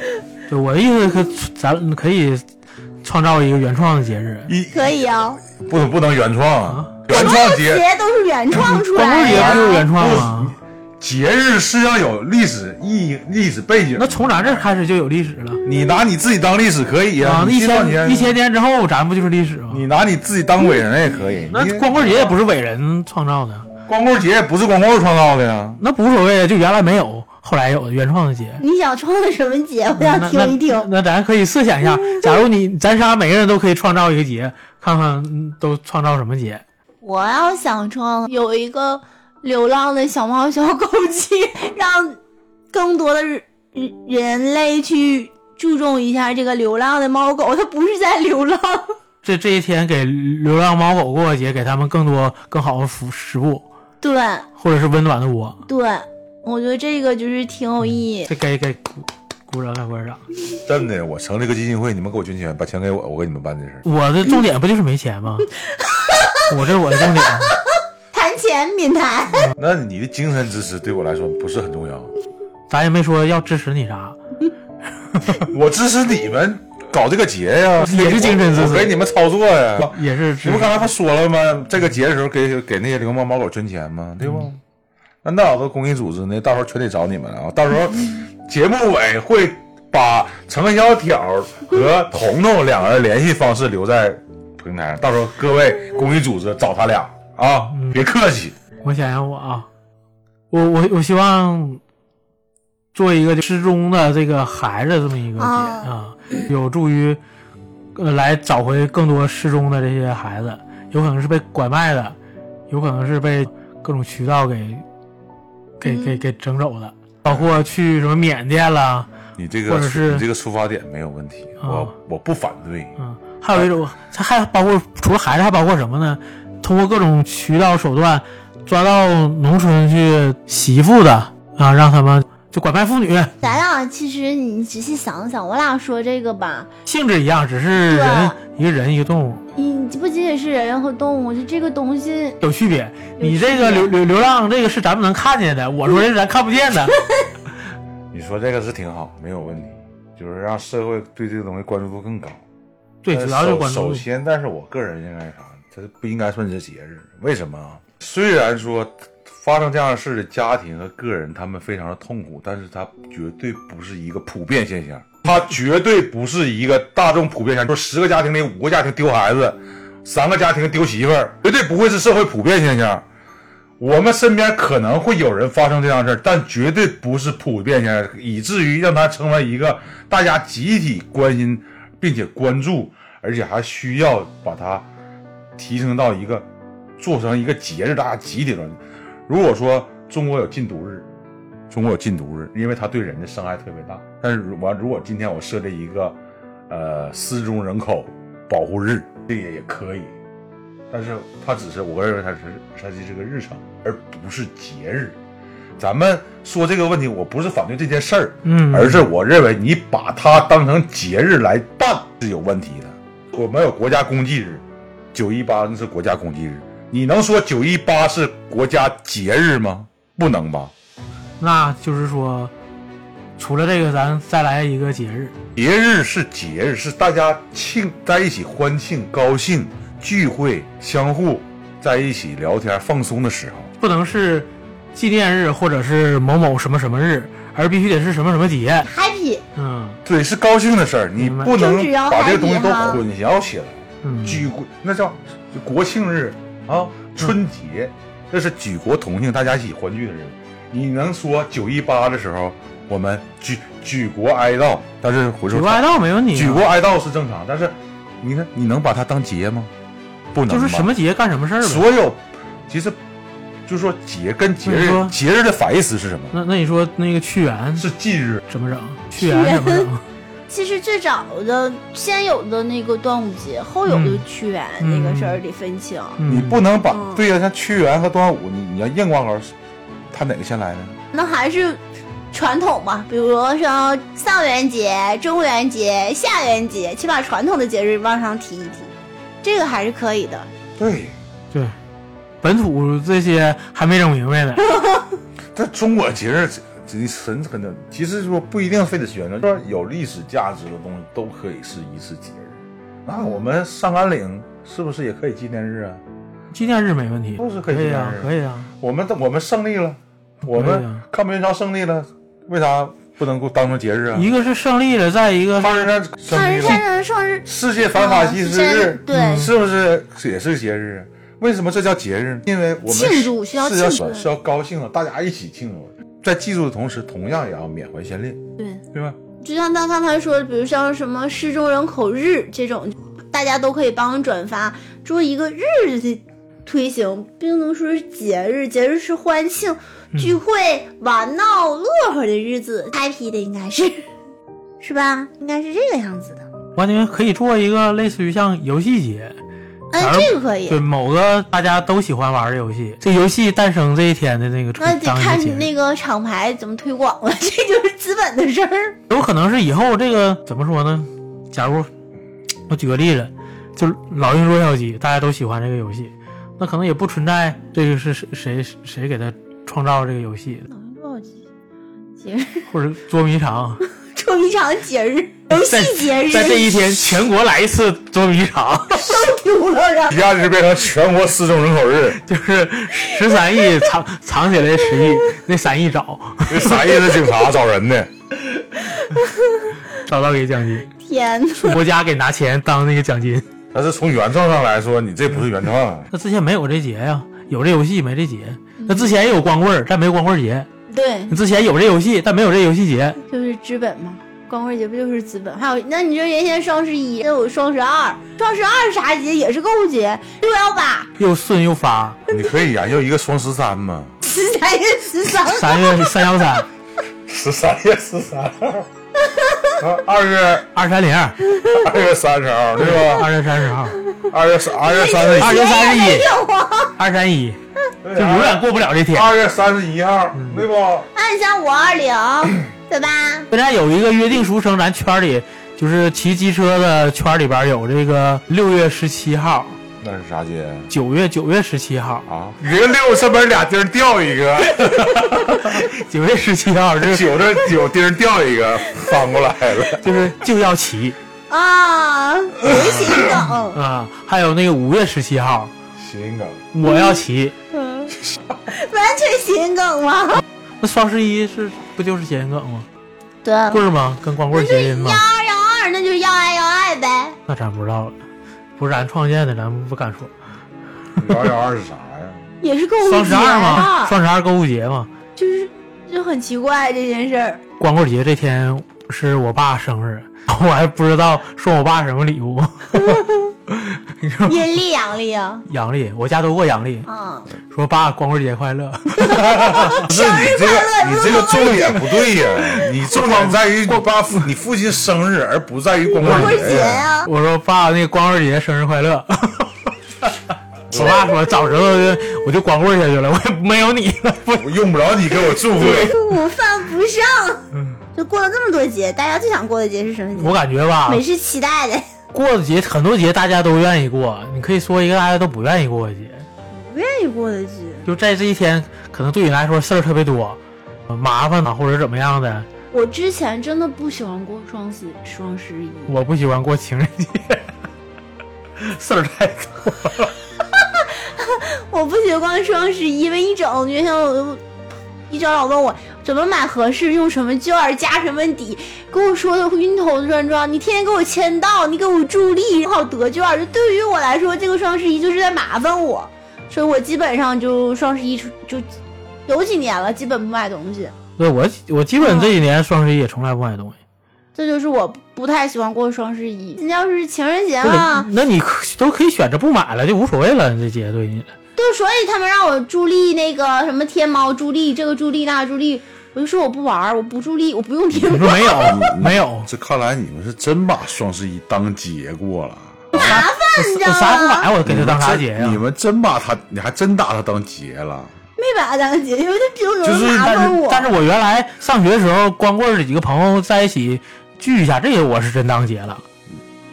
[SPEAKER 2] 对我的意思可咱可以创造一个原创的节日。
[SPEAKER 1] 一
[SPEAKER 4] 可以啊，
[SPEAKER 1] 不能不能原创啊，原
[SPEAKER 4] 所
[SPEAKER 1] 创
[SPEAKER 4] 有
[SPEAKER 1] 节
[SPEAKER 4] 节都是原创出
[SPEAKER 2] 光棍
[SPEAKER 4] 来的
[SPEAKER 2] 节不就是原
[SPEAKER 4] 呀。
[SPEAKER 2] 创啊吗？
[SPEAKER 1] 节日是要有历史意义、历史背景
[SPEAKER 2] 那。从咱这儿开始就有历史了
[SPEAKER 1] 你拿你自己当历史可以
[SPEAKER 2] 啊！
[SPEAKER 1] 你
[SPEAKER 2] 一
[SPEAKER 1] 信不信
[SPEAKER 2] 千一千年之后，咱不就是历史吗？
[SPEAKER 1] 你拿你自己当伟人也可以。
[SPEAKER 2] 那
[SPEAKER 1] 你
[SPEAKER 2] 光棍节也不是伟人创造的，
[SPEAKER 1] 光棍节也不是光棍创造的呀。
[SPEAKER 2] 那无所谓，就原来没有，后来有的原创的节。
[SPEAKER 4] 你想创造什么节？我想听一听。
[SPEAKER 2] 那那那咱可以设想一下，假如你咱仨每个人都可以创造一个节，看看嗯都创造什么节。
[SPEAKER 4] 我要想创有一个流浪的小猫小狗节， 让更多的人人类去注重一下这个流浪的猫狗，它不是在流浪。
[SPEAKER 2] 这这一天给流浪猫狗过节，给他们更多更好的服食物，
[SPEAKER 4] 对
[SPEAKER 2] 或者是温暖的窝。
[SPEAKER 4] 对，我觉得这个就是挺有意义。
[SPEAKER 2] 这给给鼓鼓掌，给鼓掌。
[SPEAKER 1] 真的，我成立个基金会，你们给我捐钱，把钱给我，我给你们办这事儿。
[SPEAKER 2] 我的重点不就是没钱吗？我这是我的重点。
[SPEAKER 4] 谈钱免谈，
[SPEAKER 1] 那你的精神支持对我来说不是很重要，
[SPEAKER 2] 咱也没说要支持你啥，
[SPEAKER 1] 我支持你们搞这个节呀，
[SPEAKER 2] 也是精神支持
[SPEAKER 1] 我给你们操作呀。
[SPEAKER 2] 也是
[SPEAKER 1] 你
[SPEAKER 2] 支
[SPEAKER 1] 不
[SPEAKER 2] 持。
[SPEAKER 1] 刚才不说了吗？这个节的时候给给那些流氓猫狗捐钱吗？对不？那那老多公益组织呢，到时候全得找你们了啊！到时候节目委会把程小挑和彤彤两人联系方式留在平台上，到时候各位公益组织找他俩啊，
[SPEAKER 2] 嗯
[SPEAKER 1] 别客气。
[SPEAKER 2] 我想想我啊，我我我希望做一个就失踪的这个孩子这么一个节
[SPEAKER 4] 啊
[SPEAKER 2] 啊、有助于呃来找回更多失踪的这些孩子，有可能是被拐卖的，有可能是被各种渠道给给给给整走的，包括去什么缅甸啦，
[SPEAKER 1] 你这
[SPEAKER 2] 或
[SPEAKER 1] 个
[SPEAKER 2] 者是
[SPEAKER 1] 你这个出发点没有问题，
[SPEAKER 2] 啊
[SPEAKER 1] 我我不反对。
[SPEAKER 2] 嗯，还有一
[SPEAKER 4] 哎
[SPEAKER 2] 种，它还包括除了孩子，还包括什么呢？通过各种渠道手段抓到农村去媳妇的啊，让他们就拐卖妇女，
[SPEAKER 4] 咱俩其实你仔细想想，我俩说这个吧，
[SPEAKER 2] 性质一样，只是人一个人一个动物
[SPEAKER 4] 你不仅仅是人和动物，就这个东西，
[SPEAKER 2] 有区别。
[SPEAKER 4] 有
[SPEAKER 2] 你这个
[SPEAKER 4] 区别
[SPEAKER 2] 流流流浪这个是咱们能看见的，我说这是咱看不见 的。
[SPEAKER 1] 你说这个是挺好，没有问题，就是让社会对这个东西关注度更高。
[SPEAKER 2] 对，
[SPEAKER 1] 但
[SPEAKER 2] 主要是
[SPEAKER 1] 呃首
[SPEAKER 2] 关注
[SPEAKER 1] 首。先，但是我个人认为啥，它不应该算是节日。为什么啊？虽然说发生这样的事的家庭和个人，他们非常的痛苦，但是它绝对不是一个普遍现象，它绝对不是一个大众普遍现象。说十个家庭里五个家庭丢孩子，三个家庭丢媳妇儿，绝对不会是社会普遍现象。我们身边可能会有人发生这样的事儿，但绝对不是普遍现象，以至于让它成为一个大家集体关心并且关注，而且还需要把它提升到一个做成一个节日，大家集体论。如果说中国有禁毒日，中国有禁毒日，因为它对人的伤害特别大。但是如完，如果今天我设立一个呃失踪人口保护日，这也也可以。但是它只是我认为它是它就是个日常，而不是节日。咱们说这个问题，我不是反对这件事儿，
[SPEAKER 2] 嗯，
[SPEAKER 1] 而是我认为你把它当成节日来办是有问题的。我们有国家公祭日，九一八那是国家公祭日，你能说九一八是国家节日吗？不能吧？
[SPEAKER 2] 那就是说，除了这个，咱再来一个节日，
[SPEAKER 1] 节日是节日，是大家庆在一起欢庆、高兴、聚会、相互在一起聊天、放松的时候。
[SPEAKER 2] 不能是纪念日或者是某某什么什么日，而必须得是什么什么节。
[SPEAKER 4] ，happy
[SPEAKER 2] 嗯
[SPEAKER 1] 对，是高兴的事儿，你
[SPEAKER 2] 明白
[SPEAKER 1] 不能
[SPEAKER 4] 政治要
[SPEAKER 1] 把这
[SPEAKER 4] 嗨
[SPEAKER 1] 个东西
[SPEAKER 4] 皮
[SPEAKER 1] 都
[SPEAKER 4] 哈
[SPEAKER 1] 混淆起来。
[SPEAKER 2] 嗯，
[SPEAKER 1] 举国那叫就国庆日啊，春节，这是举国同庆，大家一起欢聚的日子。你能说九一八的时候我们举举国哀悼，但是回
[SPEAKER 2] 举
[SPEAKER 1] 头
[SPEAKER 2] 国哀悼没问题啊、
[SPEAKER 1] 举国哀悼是正常，但是你看你能把它当节吗？不能
[SPEAKER 2] 就
[SPEAKER 1] 吧，
[SPEAKER 2] 是什么节干什么事儿呗。
[SPEAKER 1] 所有，其实就是说节跟节
[SPEAKER 2] 你
[SPEAKER 1] 日
[SPEAKER 2] 说
[SPEAKER 1] 节日的反义词是什么？
[SPEAKER 2] 那那你说那个屈原
[SPEAKER 1] 是忌日，
[SPEAKER 2] 怎么整？屈原怎么整？
[SPEAKER 4] 其实最早的先有的那个端午节，后有的
[SPEAKER 2] 嗯
[SPEAKER 4] 屈原
[SPEAKER 2] 嗯
[SPEAKER 4] 那个事儿得分清。
[SPEAKER 2] 嗯
[SPEAKER 1] 你不能把
[SPEAKER 4] 嗯
[SPEAKER 1] 对呀、像屈原和端午，你你要硬挂钩，他哪个先来呢？
[SPEAKER 4] 那还是传统吧，比如说像上元节、中元节、下元节，起码传统的节日往上提一提，这个还是可以的。
[SPEAKER 1] 对。
[SPEAKER 2] 对，本土这些还没整明白呢。
[SPEAKER 1] 这中国节日这神可能其实说不一定非得是原创，就是有历史价值的东西都可以是一次节日。那我们上甘岭是不是也可以纪念日啊？
[SPEAKER 2] 纪念日没问题，
[SPEAKER 1] 都是可
[SPEAKER 2] 可
[SPEAKER 1] 以纪
[SPEAKER 2] 以
[SPEAKER 1] 念
[SPEAKER 2] 啊
[SPEAKER 1] 日，
[SPEAKER 2] 可以啊。
[SPEAKER 1] 我们我们胜利了，我
[SPEAKER 2] 对
[SPEAKER 1] 们
[SPEAKER 2] 呀
[SPEAKER 1] 抗美援朝胜利了，为啥不能够当成节日啊？
[SPEAKER 2] 一个是胜利了，再一个
[SPEAKER 1] 抗日战争胜
[SPEAKER 4] 抗
[SPEAKER 1] 利
[SPEAKER 4] 日
[SPEAKER 1] 了
[SPEAKER 4] 战，争胜日，
[SPEAKER 1] 世界反法西斯日，
[SPEAKER 4] 嗯对
[SPEAKER 1] 是不是也是节日？为什么这叫节日？因为我们
[SPEAKER 4] 庆祝需要
[SPEAKER 1] 是要
[SPEAKER 4] 庆祝
[SPEAKER 1] 是要高兴的，大家一起庆祝，在记住的同时，同样也要缅怀先烈，
[SPEAKER 4] 对，
[SPEAKER 1] 对吧？
[SPEAKER 4] 就像他刚才说的，比如像什么失踪人口日这种，大家都可以帮转发，做一个日的推行，并不能说是节日，节日是欢庆、
[SPEAKER 2] 嗯
[SPEAKER 4] 聚会、玩闹、乐呵的日子，happy 的应该是，是吧？应该是这个样子的。
[SPEAKER 2] 完全可以做一个类似于像游戏节，
[SPEAKER 4] 哎，
[SPEAKER 2] 反而
[SPEAKER 4] 这个可以
[SPEAKER 2] 对。某个大家都喜欢玩的游戏。这游戏诞生这一天的那个
[SPEAKER 4] 那得
[SPEAKER 2] 当一
[SPEAKER 4] 看
[SPEAKER 2] 个节
[SPEAKER 4] 你
[SPEAKER 2] 日，
[SPEAKER 4] 那个厂牌怎么推广了，这就是资本的事儿。
[SPEAKER 2] 有可能是以后这个怎么说呢？假如我举个例子，就《老鹰捉小鸡》，大家都喜欢这个游戏，那可能也不存在这个是谁谁谁给他创造这个游戏，
[SPEAKER 4] 哦节日，
[SPEAKER 2] 或者捉迷藏。
[SPEAKER 4] 捉迷藏节日，游
[SPEAKER 2] 在
[SPEAKER 4] 戏节日
[SPEAKER 2] 在这一天，全国来一次捉迷藏，
[SPEAKER 4] 都丢了，然后
[SPEAKER 1] 一下子就变成全国失踪人口日，
[SPEAKER 2] 就是十三亿藏 藏起来十亿，那三亿找
[SPEAKER 1] 这啥意思？警察找人呢？
[SPEAKER 2] 找到给奖金，
[SPEAKER 4] 天呐。
[SPEAKER 2] 国家给拿钱当那个奖金。
[SPEAKER 1] 但是从原创上来说，你这不是原创啊，
[SPEAKER 2] 那之前没有这节呀、有这游戏没这节。那之前也有光棍儿，但没光棍节。
[SPEAKER 4] 对，
[SPEAKER 2] 之前有这游戏，但没有这游戏节。
[SPEAKER 4] 就是资本嘛。光棍节不就是资本？还有，那你说原先双十一，那有双十二，双十二啥节也是购物节，六幺八，
[SPEAKER 2] 又顺又发，
[SPEAKER 1] 你可以研究一个双十三嘛，
[SPEAKER 4] 十三月十三，
[SPEAKER 2] 三月三幺三，
[SPEAKER 1] 十三月十三号， 二月
[SPEAKER 2] 二三零，
[SPEAKER 1] 二月三十号，对吧？
[SPEAKER 2] 二月三十号，
[SPEAKER 1] 二月三二月三十
[SPEAKER 2] 二
[SPEAKER 1] 一，
[SPEAKER 2] 月三十
[SPEAKER 4] 没
[SPEAKER 2] 一，
[SPEAKER 4] 有啊！
[SPEAKER 2] 二三一，就永
[SPEAKER 1] 啊
[SPEAKER 2] 远过不了这天。
[SPEAKER 1] 二月三十一号，对不？
[SPEAKER 4] 按下五二零，对吧？
[SPEAKER 2] 大家有一个约定俗成，咱圈里就是骑机车的圈里边有这个六月十七号、
[SPEAKER 1] 那是啥节
[SPEAKER 2] 九月九月十七号、
[SPEAKER 1] 啊？一个六上边俩钉掉一个，
[SPEAKER 2] 九月十七号，就是
[SPEAKER 1] 九这九钉掉一个，翻过来了。
[SPEAKER 2] 就是就要骑
[SPEAKER 4] 啊，回形梗，
[SPEAKER 2] 啊、还有那个五月十七号，
[SPEAKER 1] 心梗，嗯
[SPEAKER 2] 我要骑，
[SPEAKER 4] 完全谐梗吗？
[SPEAKER 2] 那双十一是不就是谐音梗吗？
[SPEAKER 4] 对，
[SPEAKER 2] 棍儿吗？跟光棍儿谐音吗
[SPEAKER 4] 幺？二幺二，那就是要爱要爱呗。
[SPEAKER 2] 那咱不知道了，不是咱创建的，咱不敢说。
[SPEAKER 1] 幺幺二是啥呀？
[SPEAKER 4] 也是购物节
[SPEAKER 2] 双十二嘛，
[SPEAKER 4] 啊
[SPEAKER 2] 双十二购物节嘛，
[SPEAKER 4] 就是就很奇怪这件 事儿。
[SPEAKER 2] 光棍节这天是我爸生日， 我还不知道送我爸什么礼物。你说
[SPEAKER 4] 阴历阳历啊，
[SPEAKER 2] 阳历，我家都过阳历，
[SPEAKER 4] 嗯，
[SPEAKER 2] 说爸光棍节快乐。
[SPEAKER 4] 啊
[SPEAKER 1] 不是你这个，你这个重点不对呀、 你重点在于你爸父你父亲生日，而不在于光
[SPEAKER 2] 哎
[SPEAKER 4] 光
[SPEAKER 1] 棍
[SPEAKER 4] 棍节啊
[SPEAKER 1] 节呀。
[SPEAKER 4] 呀、
[SPEAKER 2] 我说爸，那个光棍节生日快 乐。我爸说早知道就我就光棍下去了，我也没有你了。不
[SPEAKER 1] 我用不着你给我祝福。
[SPEAKER 4] 午饭不上，就过了这么多节，大家最想过的节是什么节？
[SPEAKER 2] 我感觉吧，
[SPEAKER 4] 美是期待的，
[SPEAKER 2] 过的节很多节大家都愿意过，你可以说一个大家都不愿意过的节。
[SPEAKER 4] 不愿意过的节。
[SPEAKER 2] 就在这一天，可能对你来说事儿特别多，呃麻烦啊或者怎么样的。
[SPEAKER 4] 我之前真的不喜欢过双十双十一，
[SPEAKER 2] 我不喜欢过情人节， 事儿太多。
[SPEAKER 4] 我不喜欢逛双十一，因为一整就像我一整老问我怎么买合适，用什么券儿加什么底，给我说的晕头转转。你天天给我签到，你给我助力，好得券儿。就对于我来说，这个双十一就是在麻烦我，所以我基本上就双十一出就有几年了，基本不买东西。
[SPEAKER 2] 对我，我基本这几年双十一也从来不买东西。
[SPEAKER 4] 这就是我不太喜欢过双十一。你要是情人节
[SPEAKER 2] 对
[SPEAKER 4] 嘛，
[SPEAKER 2] 那你可都可以选择不买了，就无所谓了。这节对你，
[SPEAKER 4] 就所以他们让我助力那个什么天猫助力，这个助力那个助力，我就说我不玩儿，我不助力，我不用天
[SPEAKER 2] 你
[SPEAKER 4] 猫
[SPEAKER 2] 说。没有，没有，
[SPEAKER 1] 这看来你们是真把双十一当节过了。
[SPEAKER 2] 我
[SPEAKER 4] 知道吗
[SPEAKER 2] 啥也不买，我给他当啥节呀、
[SPEAKER 1] 你们真把他，你还真把他当节了。
[SPEAKER 4] 没把它当姐，因为他有
[SPEAKER 2] 就
[SPEAKER 4] 人
[SPEAKER 2] 是，
[SPEAKER 4] 麻
[SPEAKER 2] 但
[SPEAKER 4] 烦
[SPEAKER 2] 是
[SPEAKER 4] 我。
[SPEAKER 2] 但是我原来上学的时候，光棍儿的几个朋友在一起聚一下，这个我是真当节了。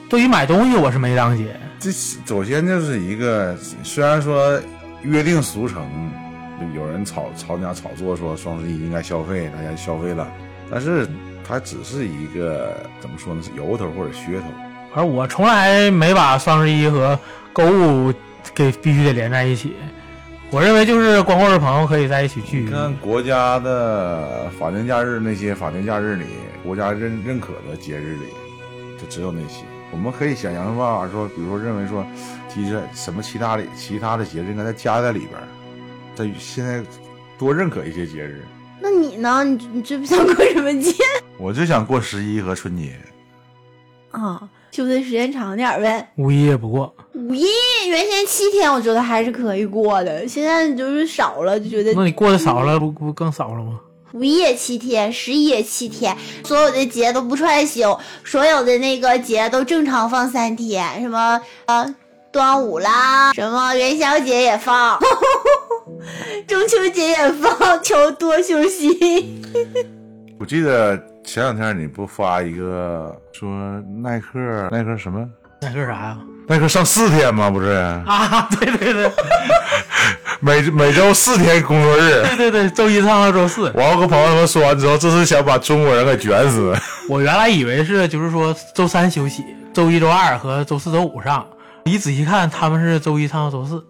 [SPEAKER 2] 对于买东西，我是没当节。
[SPEAKER 1] 这首先就是一个，虽然说约定俗成，有人炒炒家炒作说双十一应该消费，大家消费了，但是它只是一个怎么说呢，是由头或者噱头。
[SPEAKER 2] 而我从来没把双十一和购物给必须得连在一起。我认为就是光棍儿的朋友可以在一起聚
[SPEAKER 1] 你
[SPEAKER 2] 一聚。
[SPEAKER 1] 看国家的法定假日那些法定假日里，国家认认可的节日里，就只有那些。我们可以想象办法说，比如说认为说，其实什么其他的其他的节日应该再加在里边儿，在现在多认可一些节日。
[SPEAKER 4] 那你呢？你你最不想过什么节
[SPEAKER 1] 我就想过十一和春节，
[SPEAKER 4] 啊？休的时间长点儿呗。
[SPEAKER 2] 五一也不过，
[SPEAKER 4] 五一原先七天，我觉得还是可以过的，现在就是少了，就觉得
[SPEAKER 2] 那你过得少了，不不更少了吗？
[SPEAKER 4] 五一也七天，十一也七天，所有的节都不串休，所有的那个节都正常放三天，什么呃端午啦，什么元宵节也放， 中秋节也放，求多休息。
[SPEAKER 1] 我记得前两天你不发一个说耐克耐克什么？
[SPEAKER 2] 那是啥呀？
[SPEAKER 1] 耐克上四天吗？不是，
[SPEAKER 2] 啊，对对对
[SPEAKER 1] 每每周四天工作日。
[SPEAKER 2] 对对对，周一上到周四。
[SPEAKER 1] 我有个朋友他们说完之后，这是想把中国人给卷死。
[SPEAKER 2] 我原来以为是就是说周三休息，周一周二和周四周五上。你仔细看，他们是周一上到周四。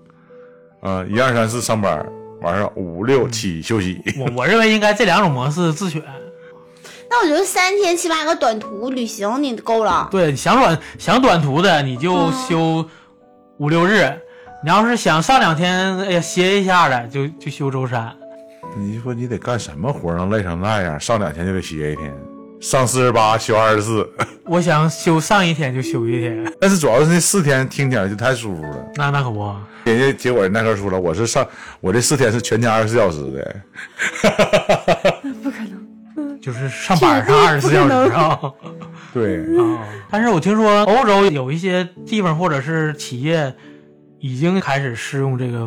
[SPEAKER 1] 啊，一二三四上班，晚上五六七休息。
[SPEAKER 2] 我我认为应该这两种模式自选。
[SPEAKER 4] 那我觉得三天起码个短途旅行你够了，
[SPEAKER 2] 对，你想短想短途的，你就休五六日；你要是想上两天，哎呀歇一下的，就就休周三。
[SPEAKER 1] 你说你得干什么活儿能累成那样？上两天就得歇一天，上四十八休二十四，
[SPEAKER 2] 我想休上一天就休一天，
[SPEAKER 1] 但是主要是那四天听起来就太舒服了。
[SPEAKER 2] 那那可不。
[SPEAKER 1] 人家结果人耐克说了，我是上我这四天是全家二十四小时的，
[SPEAKER 2] 就是上班上二十四小时啊。 哦
[SPEAKER 1] 对，
[SPEAKER 2] 但是我听说欧洲有一些地方或者是企业已经开始试用这个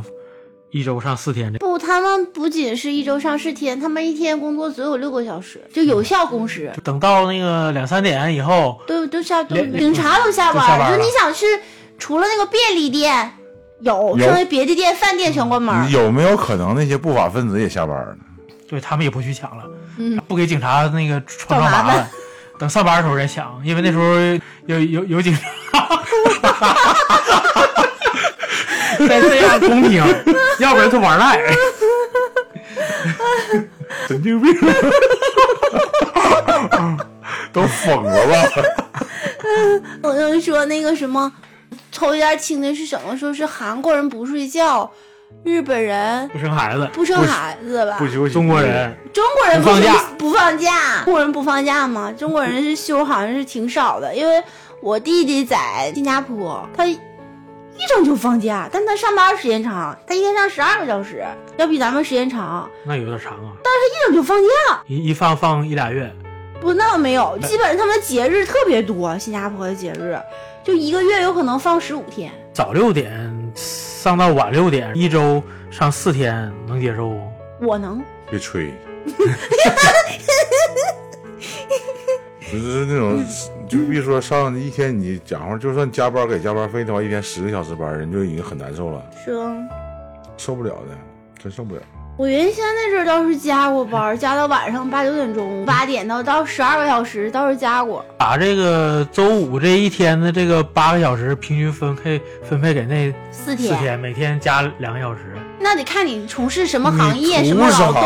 [SPEAKER 2] 一周上四天的。
[SPEAKER 4] 不，他们不仅是一周上四天，他们一天工作只有六个小时，就有效工时。
[SPEAKER 2] 等到那个两三点以后，
[SPEAKER 4] 都都下都
[SPEAKER 2] 连
[SPEAKER 4] 警察都下
[SPEAKER 2] 都下班
[SPEAKER 4] 班了，
[SPEAKER 2] 了
[SPEAKER 4] 就你想去，除了那个便利店有，
[SPEAKER 1] 有嗯
[SPEAKER 4] 剩下别的店、饭店全关门儿
[SPEAKER 1] 你。有没有可能那些不法分子也下班了？
[SPEAKER 2] 对他们也不去抢了，
[SPEAKER 4] 嗯
[SPEAKER 2] 不给警察那个创造
[SPEAKER 4] 找麻
[SPEAKER 2] 麻
[SPEAKER 4] 烦
[SPEAKER 2] 烦。等上班的时候再抢，因为 那时候有有有警察，再这样 公平，要不然就玩赖。
[SPEAKER 1] 神经病， 都疯了吧？
[SPEAKER 4] 我就说那个什么，头一家听的是什么？说是韩国人不睡觉，日本人
[SPEAKER 2] 不生孩子，
[SPEAKER 4] 不生孩子吧？
[SPEAKER 1] 不休息，嗯
[SPEAKER 2] 中国人
[SPEAKER 4] 中国人
[SPEAKER 2] 不放
[SPEAKER 4] 是
[SPEAKER 2] 假
[SPEAKER 4] 不放假，中国人不放假吗？中国人是休好像是挺少的，因为我弟弟在新加坡，他一整就放假，但他上班时间长，他一天上十二个小时，要比咱们时间长，
[SPEAKER 2] 那有点长啊，
[SPEAKER 4] 一整就放假。
[SPEAKER 2] 一一放放一俩月，
[SPEAKER 4] 不，那没有，基本上他们节日特别多，新加坡的节日就一个月有可能放十五天。
[SPEAKER 2] 早六点上到晚六点，一周上四天能接受不？
[SPEAKER 4] 我能，
[SPEAKER 1] 别吹。不是那种，就别说上一天你讲话，就算加班给加班费的话，一天十个小时班，人就已经很难受了，
[SPEAKER 4] 是吗？
[SPEAKER 1] 受不了的，真受不了。
[SPEAKER 4] 我原先那阵儿倒是加过班儿，加到晚上八九点钟，八点到到十二个小时倒是加过。
[SPEAKER 2] 把这个周五这一天的这个八个小时平均分配分配给那四
[SPEAKER 4] 四天，
[SPEAKER 2] 天，每天加两个小时，
[SPEAKER 4] 那得看你从事什么行业、
[SPEAKER 1] 你
[SPEAKER 4] 什
[SPEAKER 1] 图
[SPEAKER 4] 么劳
[SPEAKER 1] 啥
[SPEAKER 4] 动。
[SPEAKER 2] 就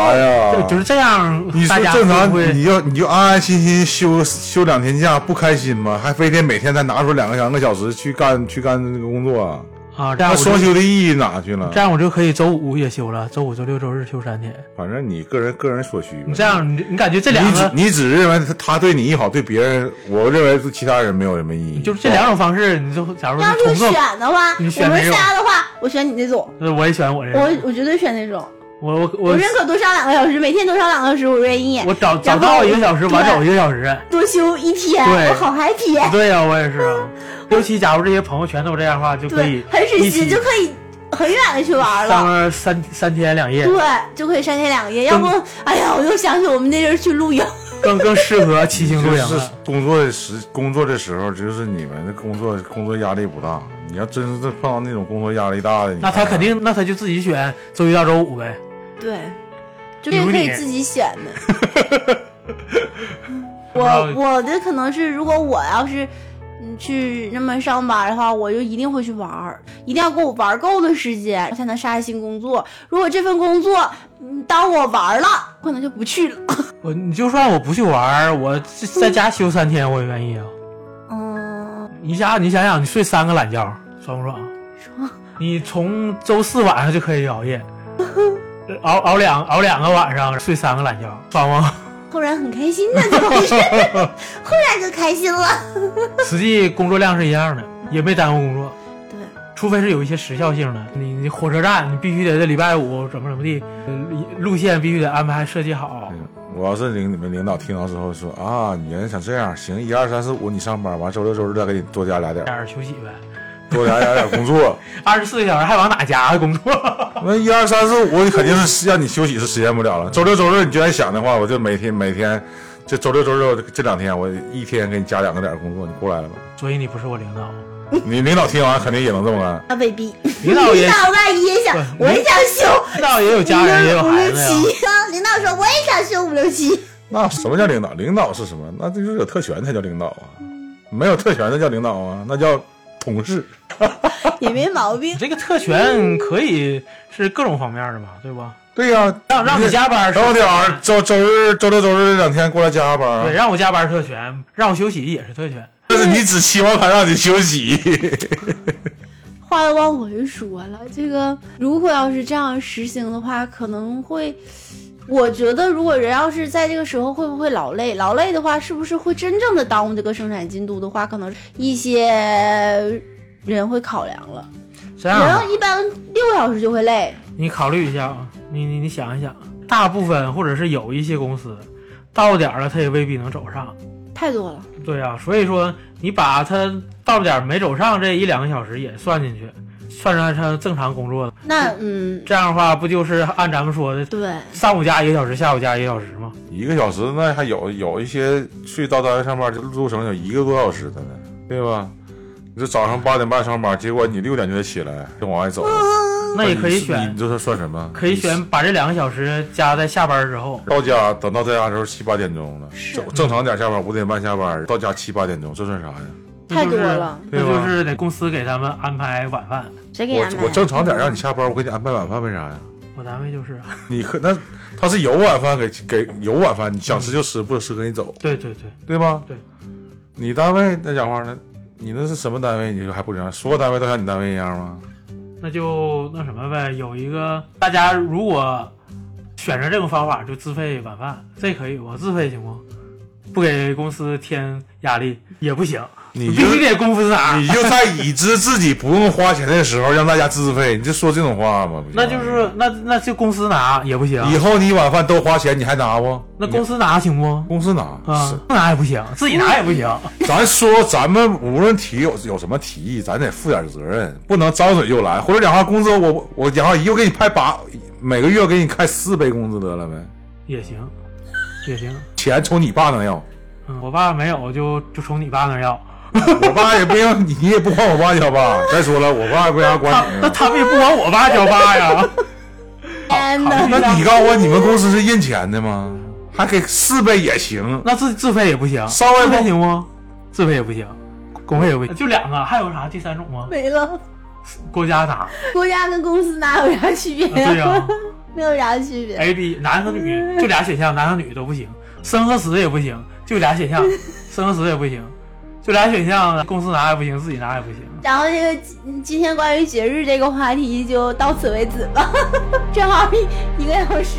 [SPEAKER 1] 呀？
[SPEAKER 2] 就是这样
[SPEAKER 1] 哦你。
[SPEAKER 2] 大
[SPEAKER 1] 说
[SPEAKER 2] 家
[SPEAKER 1] 正
[SPEAKER 2] 会
[SPEAKER 1] 常
[SPEAKER 2] 不，会
[SPEAKER 1] 你要你就安安心心休休两天假，不开心吗？还非得每天再拿出两个两个小时去干去干这个工作啊？
[SPEAKER 2] 啊？这
[SPEAKER 1] 那
[SPEAKER 2] 样我就
[SPEAKER 1] 双休的意义哪去了
[SPEAKER 2] 这？样我就可以周五也休了，周五、周六、周日休三天。
[SPEAKER 1] 反正你个人个人所需呗。
[SPEAKER 2] 你这样，你你感觉这两
[SPEAKER 1] 你只
[SPEAKER 2] 个，
[SPEAKER 1] 你只认为他他对你好，对别人，我认为对其他人没有什么意义。
[SPEAKER 2] 就是这两种方式，你就假如
[SPEAKER 4] 要
[SPEAKER 2] 是
[SPEAKER 4] 是
[SPEAKER 2] 重做，
[SPEAKER 4] 选的话，
[SPEAKER 2] 你
[SPEAKER 4] 我
[SPEAKER 2] 选
[SPEAKER 4] 们
[SPEAKER 2] 哪种
[SPEAKER 4] 仨的话，我选你那种，
[SPEAKER 2] 那我也选我这
[SPEAKER 4] 我
[SPEAKER 2] 个，
[SPEAKER 4] 我绝对选那种。
[SPEAKER 2] 我我
[SPEAKER 4] 我
[SPEAKER 2] 我
[SPEAKER 4] 认可多上两个小时，每天多上两个小时，我愿意。
[SPEAKER 2] 我早
[SPEAKER 4] 然
[SPEAKER 2] 早
[SPEAKER 4] 后
[SPEAKER 2] 到一个小时，晚
[SPEAKER 4] 对
[SPEAKER 2] 走一个小时。
[SPEAKER 4] 多休一天，
[SPEAKER 2] 对
[SPEAKER 4] 我好 happy。
[SPEAKER 2] 对呀、我也是 啊。尤其假如这些朋友全都这样的话，就可以
[SPEAKER 4] 对，很省
[SPEAKER 2] 一
[SPEAKER 4] 心，
[SPEAKER 2] 起
[SPEAKER 4] 就可以很远的去玩
[SPEAKER 2] 上
[SPEAKER 4] 了。
[SPEAKER 2] 面三三天两夜，
[SPEAKER 4] 对，就可以三天两夜。要
[SPEAKER 2] 跟
[SPEAKER 4] 不，哎呀，我又想起我们那阵儿去露营。
[SPEAKER 2] 更更适合骑行
[SPEAKER 1] 就
[SPEAKER 2] 露营
[SPEAKER 1] 是
[SPEAKER 2] 了。
[SPEAKER 1] 工作的时工作的时候，就是你们的工作工作压力不大。你要真是碰到那种工作压力大的，你
[SPEAKER 2] 那他
[SPEAKER 1] 看看
[SPEAKER 2] 肯定，那他就自己选周一到周五呗。
[SPEAKER 4] 对，就
[SPEAKER 2] 比
[SPEAKER 4] 是
[SPEAKER 2] 如
[SPEAKER 4] 可
[SPEAKER 2] 你
[SPEAKER 4] 以自己选的。
[SPEAKER 2] 然
[SPEAKER 4] 我
[SPEAKER 2] 后
[SPEAKER 4] 我的可能是，如果我要是嗯去那么上班的话，我就一定会去玩儿，一定要给我玩够的时间，才能杀新工作。如果这份工作嗯当我玩了，可能就不去了。
[SPEAKER 2] 我你就算我不去玩儿，我在在家休三天我也愿意啊。
[SPEAKER 4] 嗯，
[SPEAKER 2] 你想你想想，你睡三个懒觉，爽不爽？
[SPEAKER 4] 爽。
[SPEAKER 2] 你从周四晚上就可以熬夜，熬熬两熬两个晚上，睡三个懒觉，爽 吗？
[SPEAKER 4] 忽然很开心呢，怎么回事？ 忽然就开心了。
[SPEAKER 2] 实际工作量是一样的，也没耽误工作。
[SPEAKER 4] 对，啊
[SPEAKER 2] 除非是有一些时效性的，你你火车站你必须得这礼拜五怎么怎么地，呃路线必须得安排设计好。
[SPEAKER 1] 嗯我要是领你们领导听到之后说啊，你原来想这样，行，一二三四五你上班，完周六周日再给你多加俩点
[SPEAKER 2] 点
[SPEAKER 1] 儿，
[SPEAKER 2] 儿休息呗，
[SPEAKER 1] 多加俩点儿工作。
[SPEAKER 2] 二十四个小时还往哪加工作？
[SPEAKER 1] 那一二三四五肯定是让你休息是实现不了了。周六周日你就在想的话，我就每天每天，这周六周日这两天我一天给你加两个点儿工作，你过来了吗？
[SPEAKER 2] 所以你不是我领导，
[SPEAKER 1] 你领导听完肯定也能这么干。
[SPEAKER 4] 啊，未必。
[SPEAKER 2] 领导 也
[SPEAKER 4] 导万一也想，
[SPEAKER 2] 不
[SPEAKER 4] 我也想休。
[SPEAKER 2] 领导也有家人也有孩 子呀。
[SPEAKER 4] 呀。啊领导说我也想休五六七，
[SPEAKER 1] 那什么叫领导？领导是什么？那就是有特权才叫领导啊，没有特权那叫领导啊，那叫同事。
[SPEAKER 4] 也没毛病
[SPEAKER 2] 你。这个特权可以是各种方面的嘛，对吧？
[SPEAKER 1] 对呀、
[SPEAKER 2] 让让你加班是
[SPEAKER 1] 等我点儿，周周日、周六、周日这两天过来加
[SPEAKER 2] 对，
[SPEAKER 1] 班，啊
[SPEAKER 2] 让我加班特权，让我休息也是特权。
[SPEAKER 1] 但是你只期望他让你休息。
[SPEAKER 4] 话又往回说了，这个如果要是这样实行的话，可能会，我觉得如果人要是在这个时候会不会劳累？劳累的话，是不是会真正的耽误这个生产进度的话，可能一些人会考量了。
[SPEAKER 2] 这样吧
[SPEAKER 4] 人一般六个小时就会累，
[SPEAKER 2] 啊你考虑一下啊，你你你想一想，大部分或者是有一些公司，到点儿了他也未必能走上。
[SPEAKER 4] 太多了。
[SPEAKER 2] 对啊，所以说你把他到点儿没走上这一两个小时也算进去，算上他正常工作的，
[SPEAKER 4] 那嗯，
[SPEAKER 2] 这样的话不就是按咱们说的
[SPEAKER 4] 对，
[SPEAKER 2] 上午加一个小时，下午加一个小时吗？
[SPEAKER 1] 一个小时那还有有一些去到单位上班这路程有一个多小时的呢，对吧？你这早上八点半上班，结果你六点就得起来，就往外走，
[SPEAKER 2] 那也可以
[SPEAKER 1] 你
[SPEAKER 2] 选，
[SPEAKER 1] 这算算什么？
[SPEAKER 2] 可以选把这两个小时加在下班之后。
[SPEAKER 1] 到家等到在家的时候七八点钟了，
[SPEAKER 4] 是
[SPEAKER 1] 正正常点下班，五点半下班，到家七八点钟，这算啥呀？
[SPEAKER 2] 那
[SPEAKER 4] 太
[SPEAKER 2] 就是
[SPEAKER 4] 多了
[SPEAKER 2] 那
[SPEAKER 1] 对吧
[SPEAKER 2] 就是得公司给他们安排晚饭。
[SPEAKER 4] 谁给你
[SPEAKER 1] 我
[SPEAKER 4] 安排？啊
[SPEAKER 1] 我正常点让你下班，我给你安排晚饭，为啥呀？
[SPEAKER 2] 我单位就是啊，
[SPEAKER 1] 你可那他是有晚饭给给有晚饭，你想吃就吃，不吃跟你走，
[SPEAKER 2] 对对对，
[SPEAKER 1] 对吧？
[SPEAKER 2] 对。
[SPEAKER 1] 你单位那家伙呢？你那是什么单位？你还不一样？所有单位都像你单位一样吗？
[SPEAKER 2] 那就那什么呗，有一个大家如果选择这种方法，就自费晚饭，这可以，我自费行不？不给公司添压力也不啊行，
[SPEAKER 1] 你
[SPEAKER 2] 必
[SPEAKER 1] 就
[SPEAKER 2] 须得公司 啥？
[SPEAKER 1] 你就在已知自己不用花钱的时候让大家自费，你就说这种话吗？不
[SPEAKER 2] 那就是那那就公司拿也不行，
[SPEAKER 1] 以后你晚饭都花钱，你还拿不？
[SPEAKER 2] 那公司拿行不？
[SPEAKER 1] 公司拿
[SPEAKER 2] 啊，不拿也不行，自己拿也不行。
[SPEAKER 1] 是咱说咱们无论提有有什么提议，咱得负点责任，不能张嘴就来。或者讲话工资我，我我讲话一个给你派八，每个月给你开四倍工资得了呗，
[SPEAKER 2] 也行，也行。
[SPEAKER 1] 钱从你爸那要，
[SPEAKER 2] 嗯，我爸没有，就就从你爸那儿要。
[SPEAKER 1] 我爸也不让你，你也不管我爸要吧？再说了，我爸也不让管
[SPEAKER 2] 他
[SPEAKER 1] 你
[SPEAKER 2] 那。 他们也不管我爸叫爸呀。
[SPEAKER 1] 啊
[SPEAKER 4] 天哪！
[SPEAKER 1] 那你告诉我，你们公司是印钱的吗？还给四倍也行？
[SPEAKER 2] 那自自费也不行，
[SPEAKER 1] 稍微
[SPEAKER 2] 自费
[SPEAKER 1] 不
[SPEAKER 2] 行不？自费也不行，公费也不行，就两个，还有啥第三种吗？
[SPEAKER 4] 没了，
[SPEAKER 2] 国家 拿，啊
[SPEAKER 4] 国家跟公司哪有啥区别
[SPEAKER 2] 对呀、
[SPEAKER 4] 没有啥区别。
[SPEAKER 2] a B 男和女就俩选项，男和女都不行，生和死也不行，就俩选项，生和死也不行，就俩选项，公司拿也不行，自己拿也不行。
[SPEAKER 4] 然后这个今今天 关于节日这个话题就到此为止吧，正好一一个小时。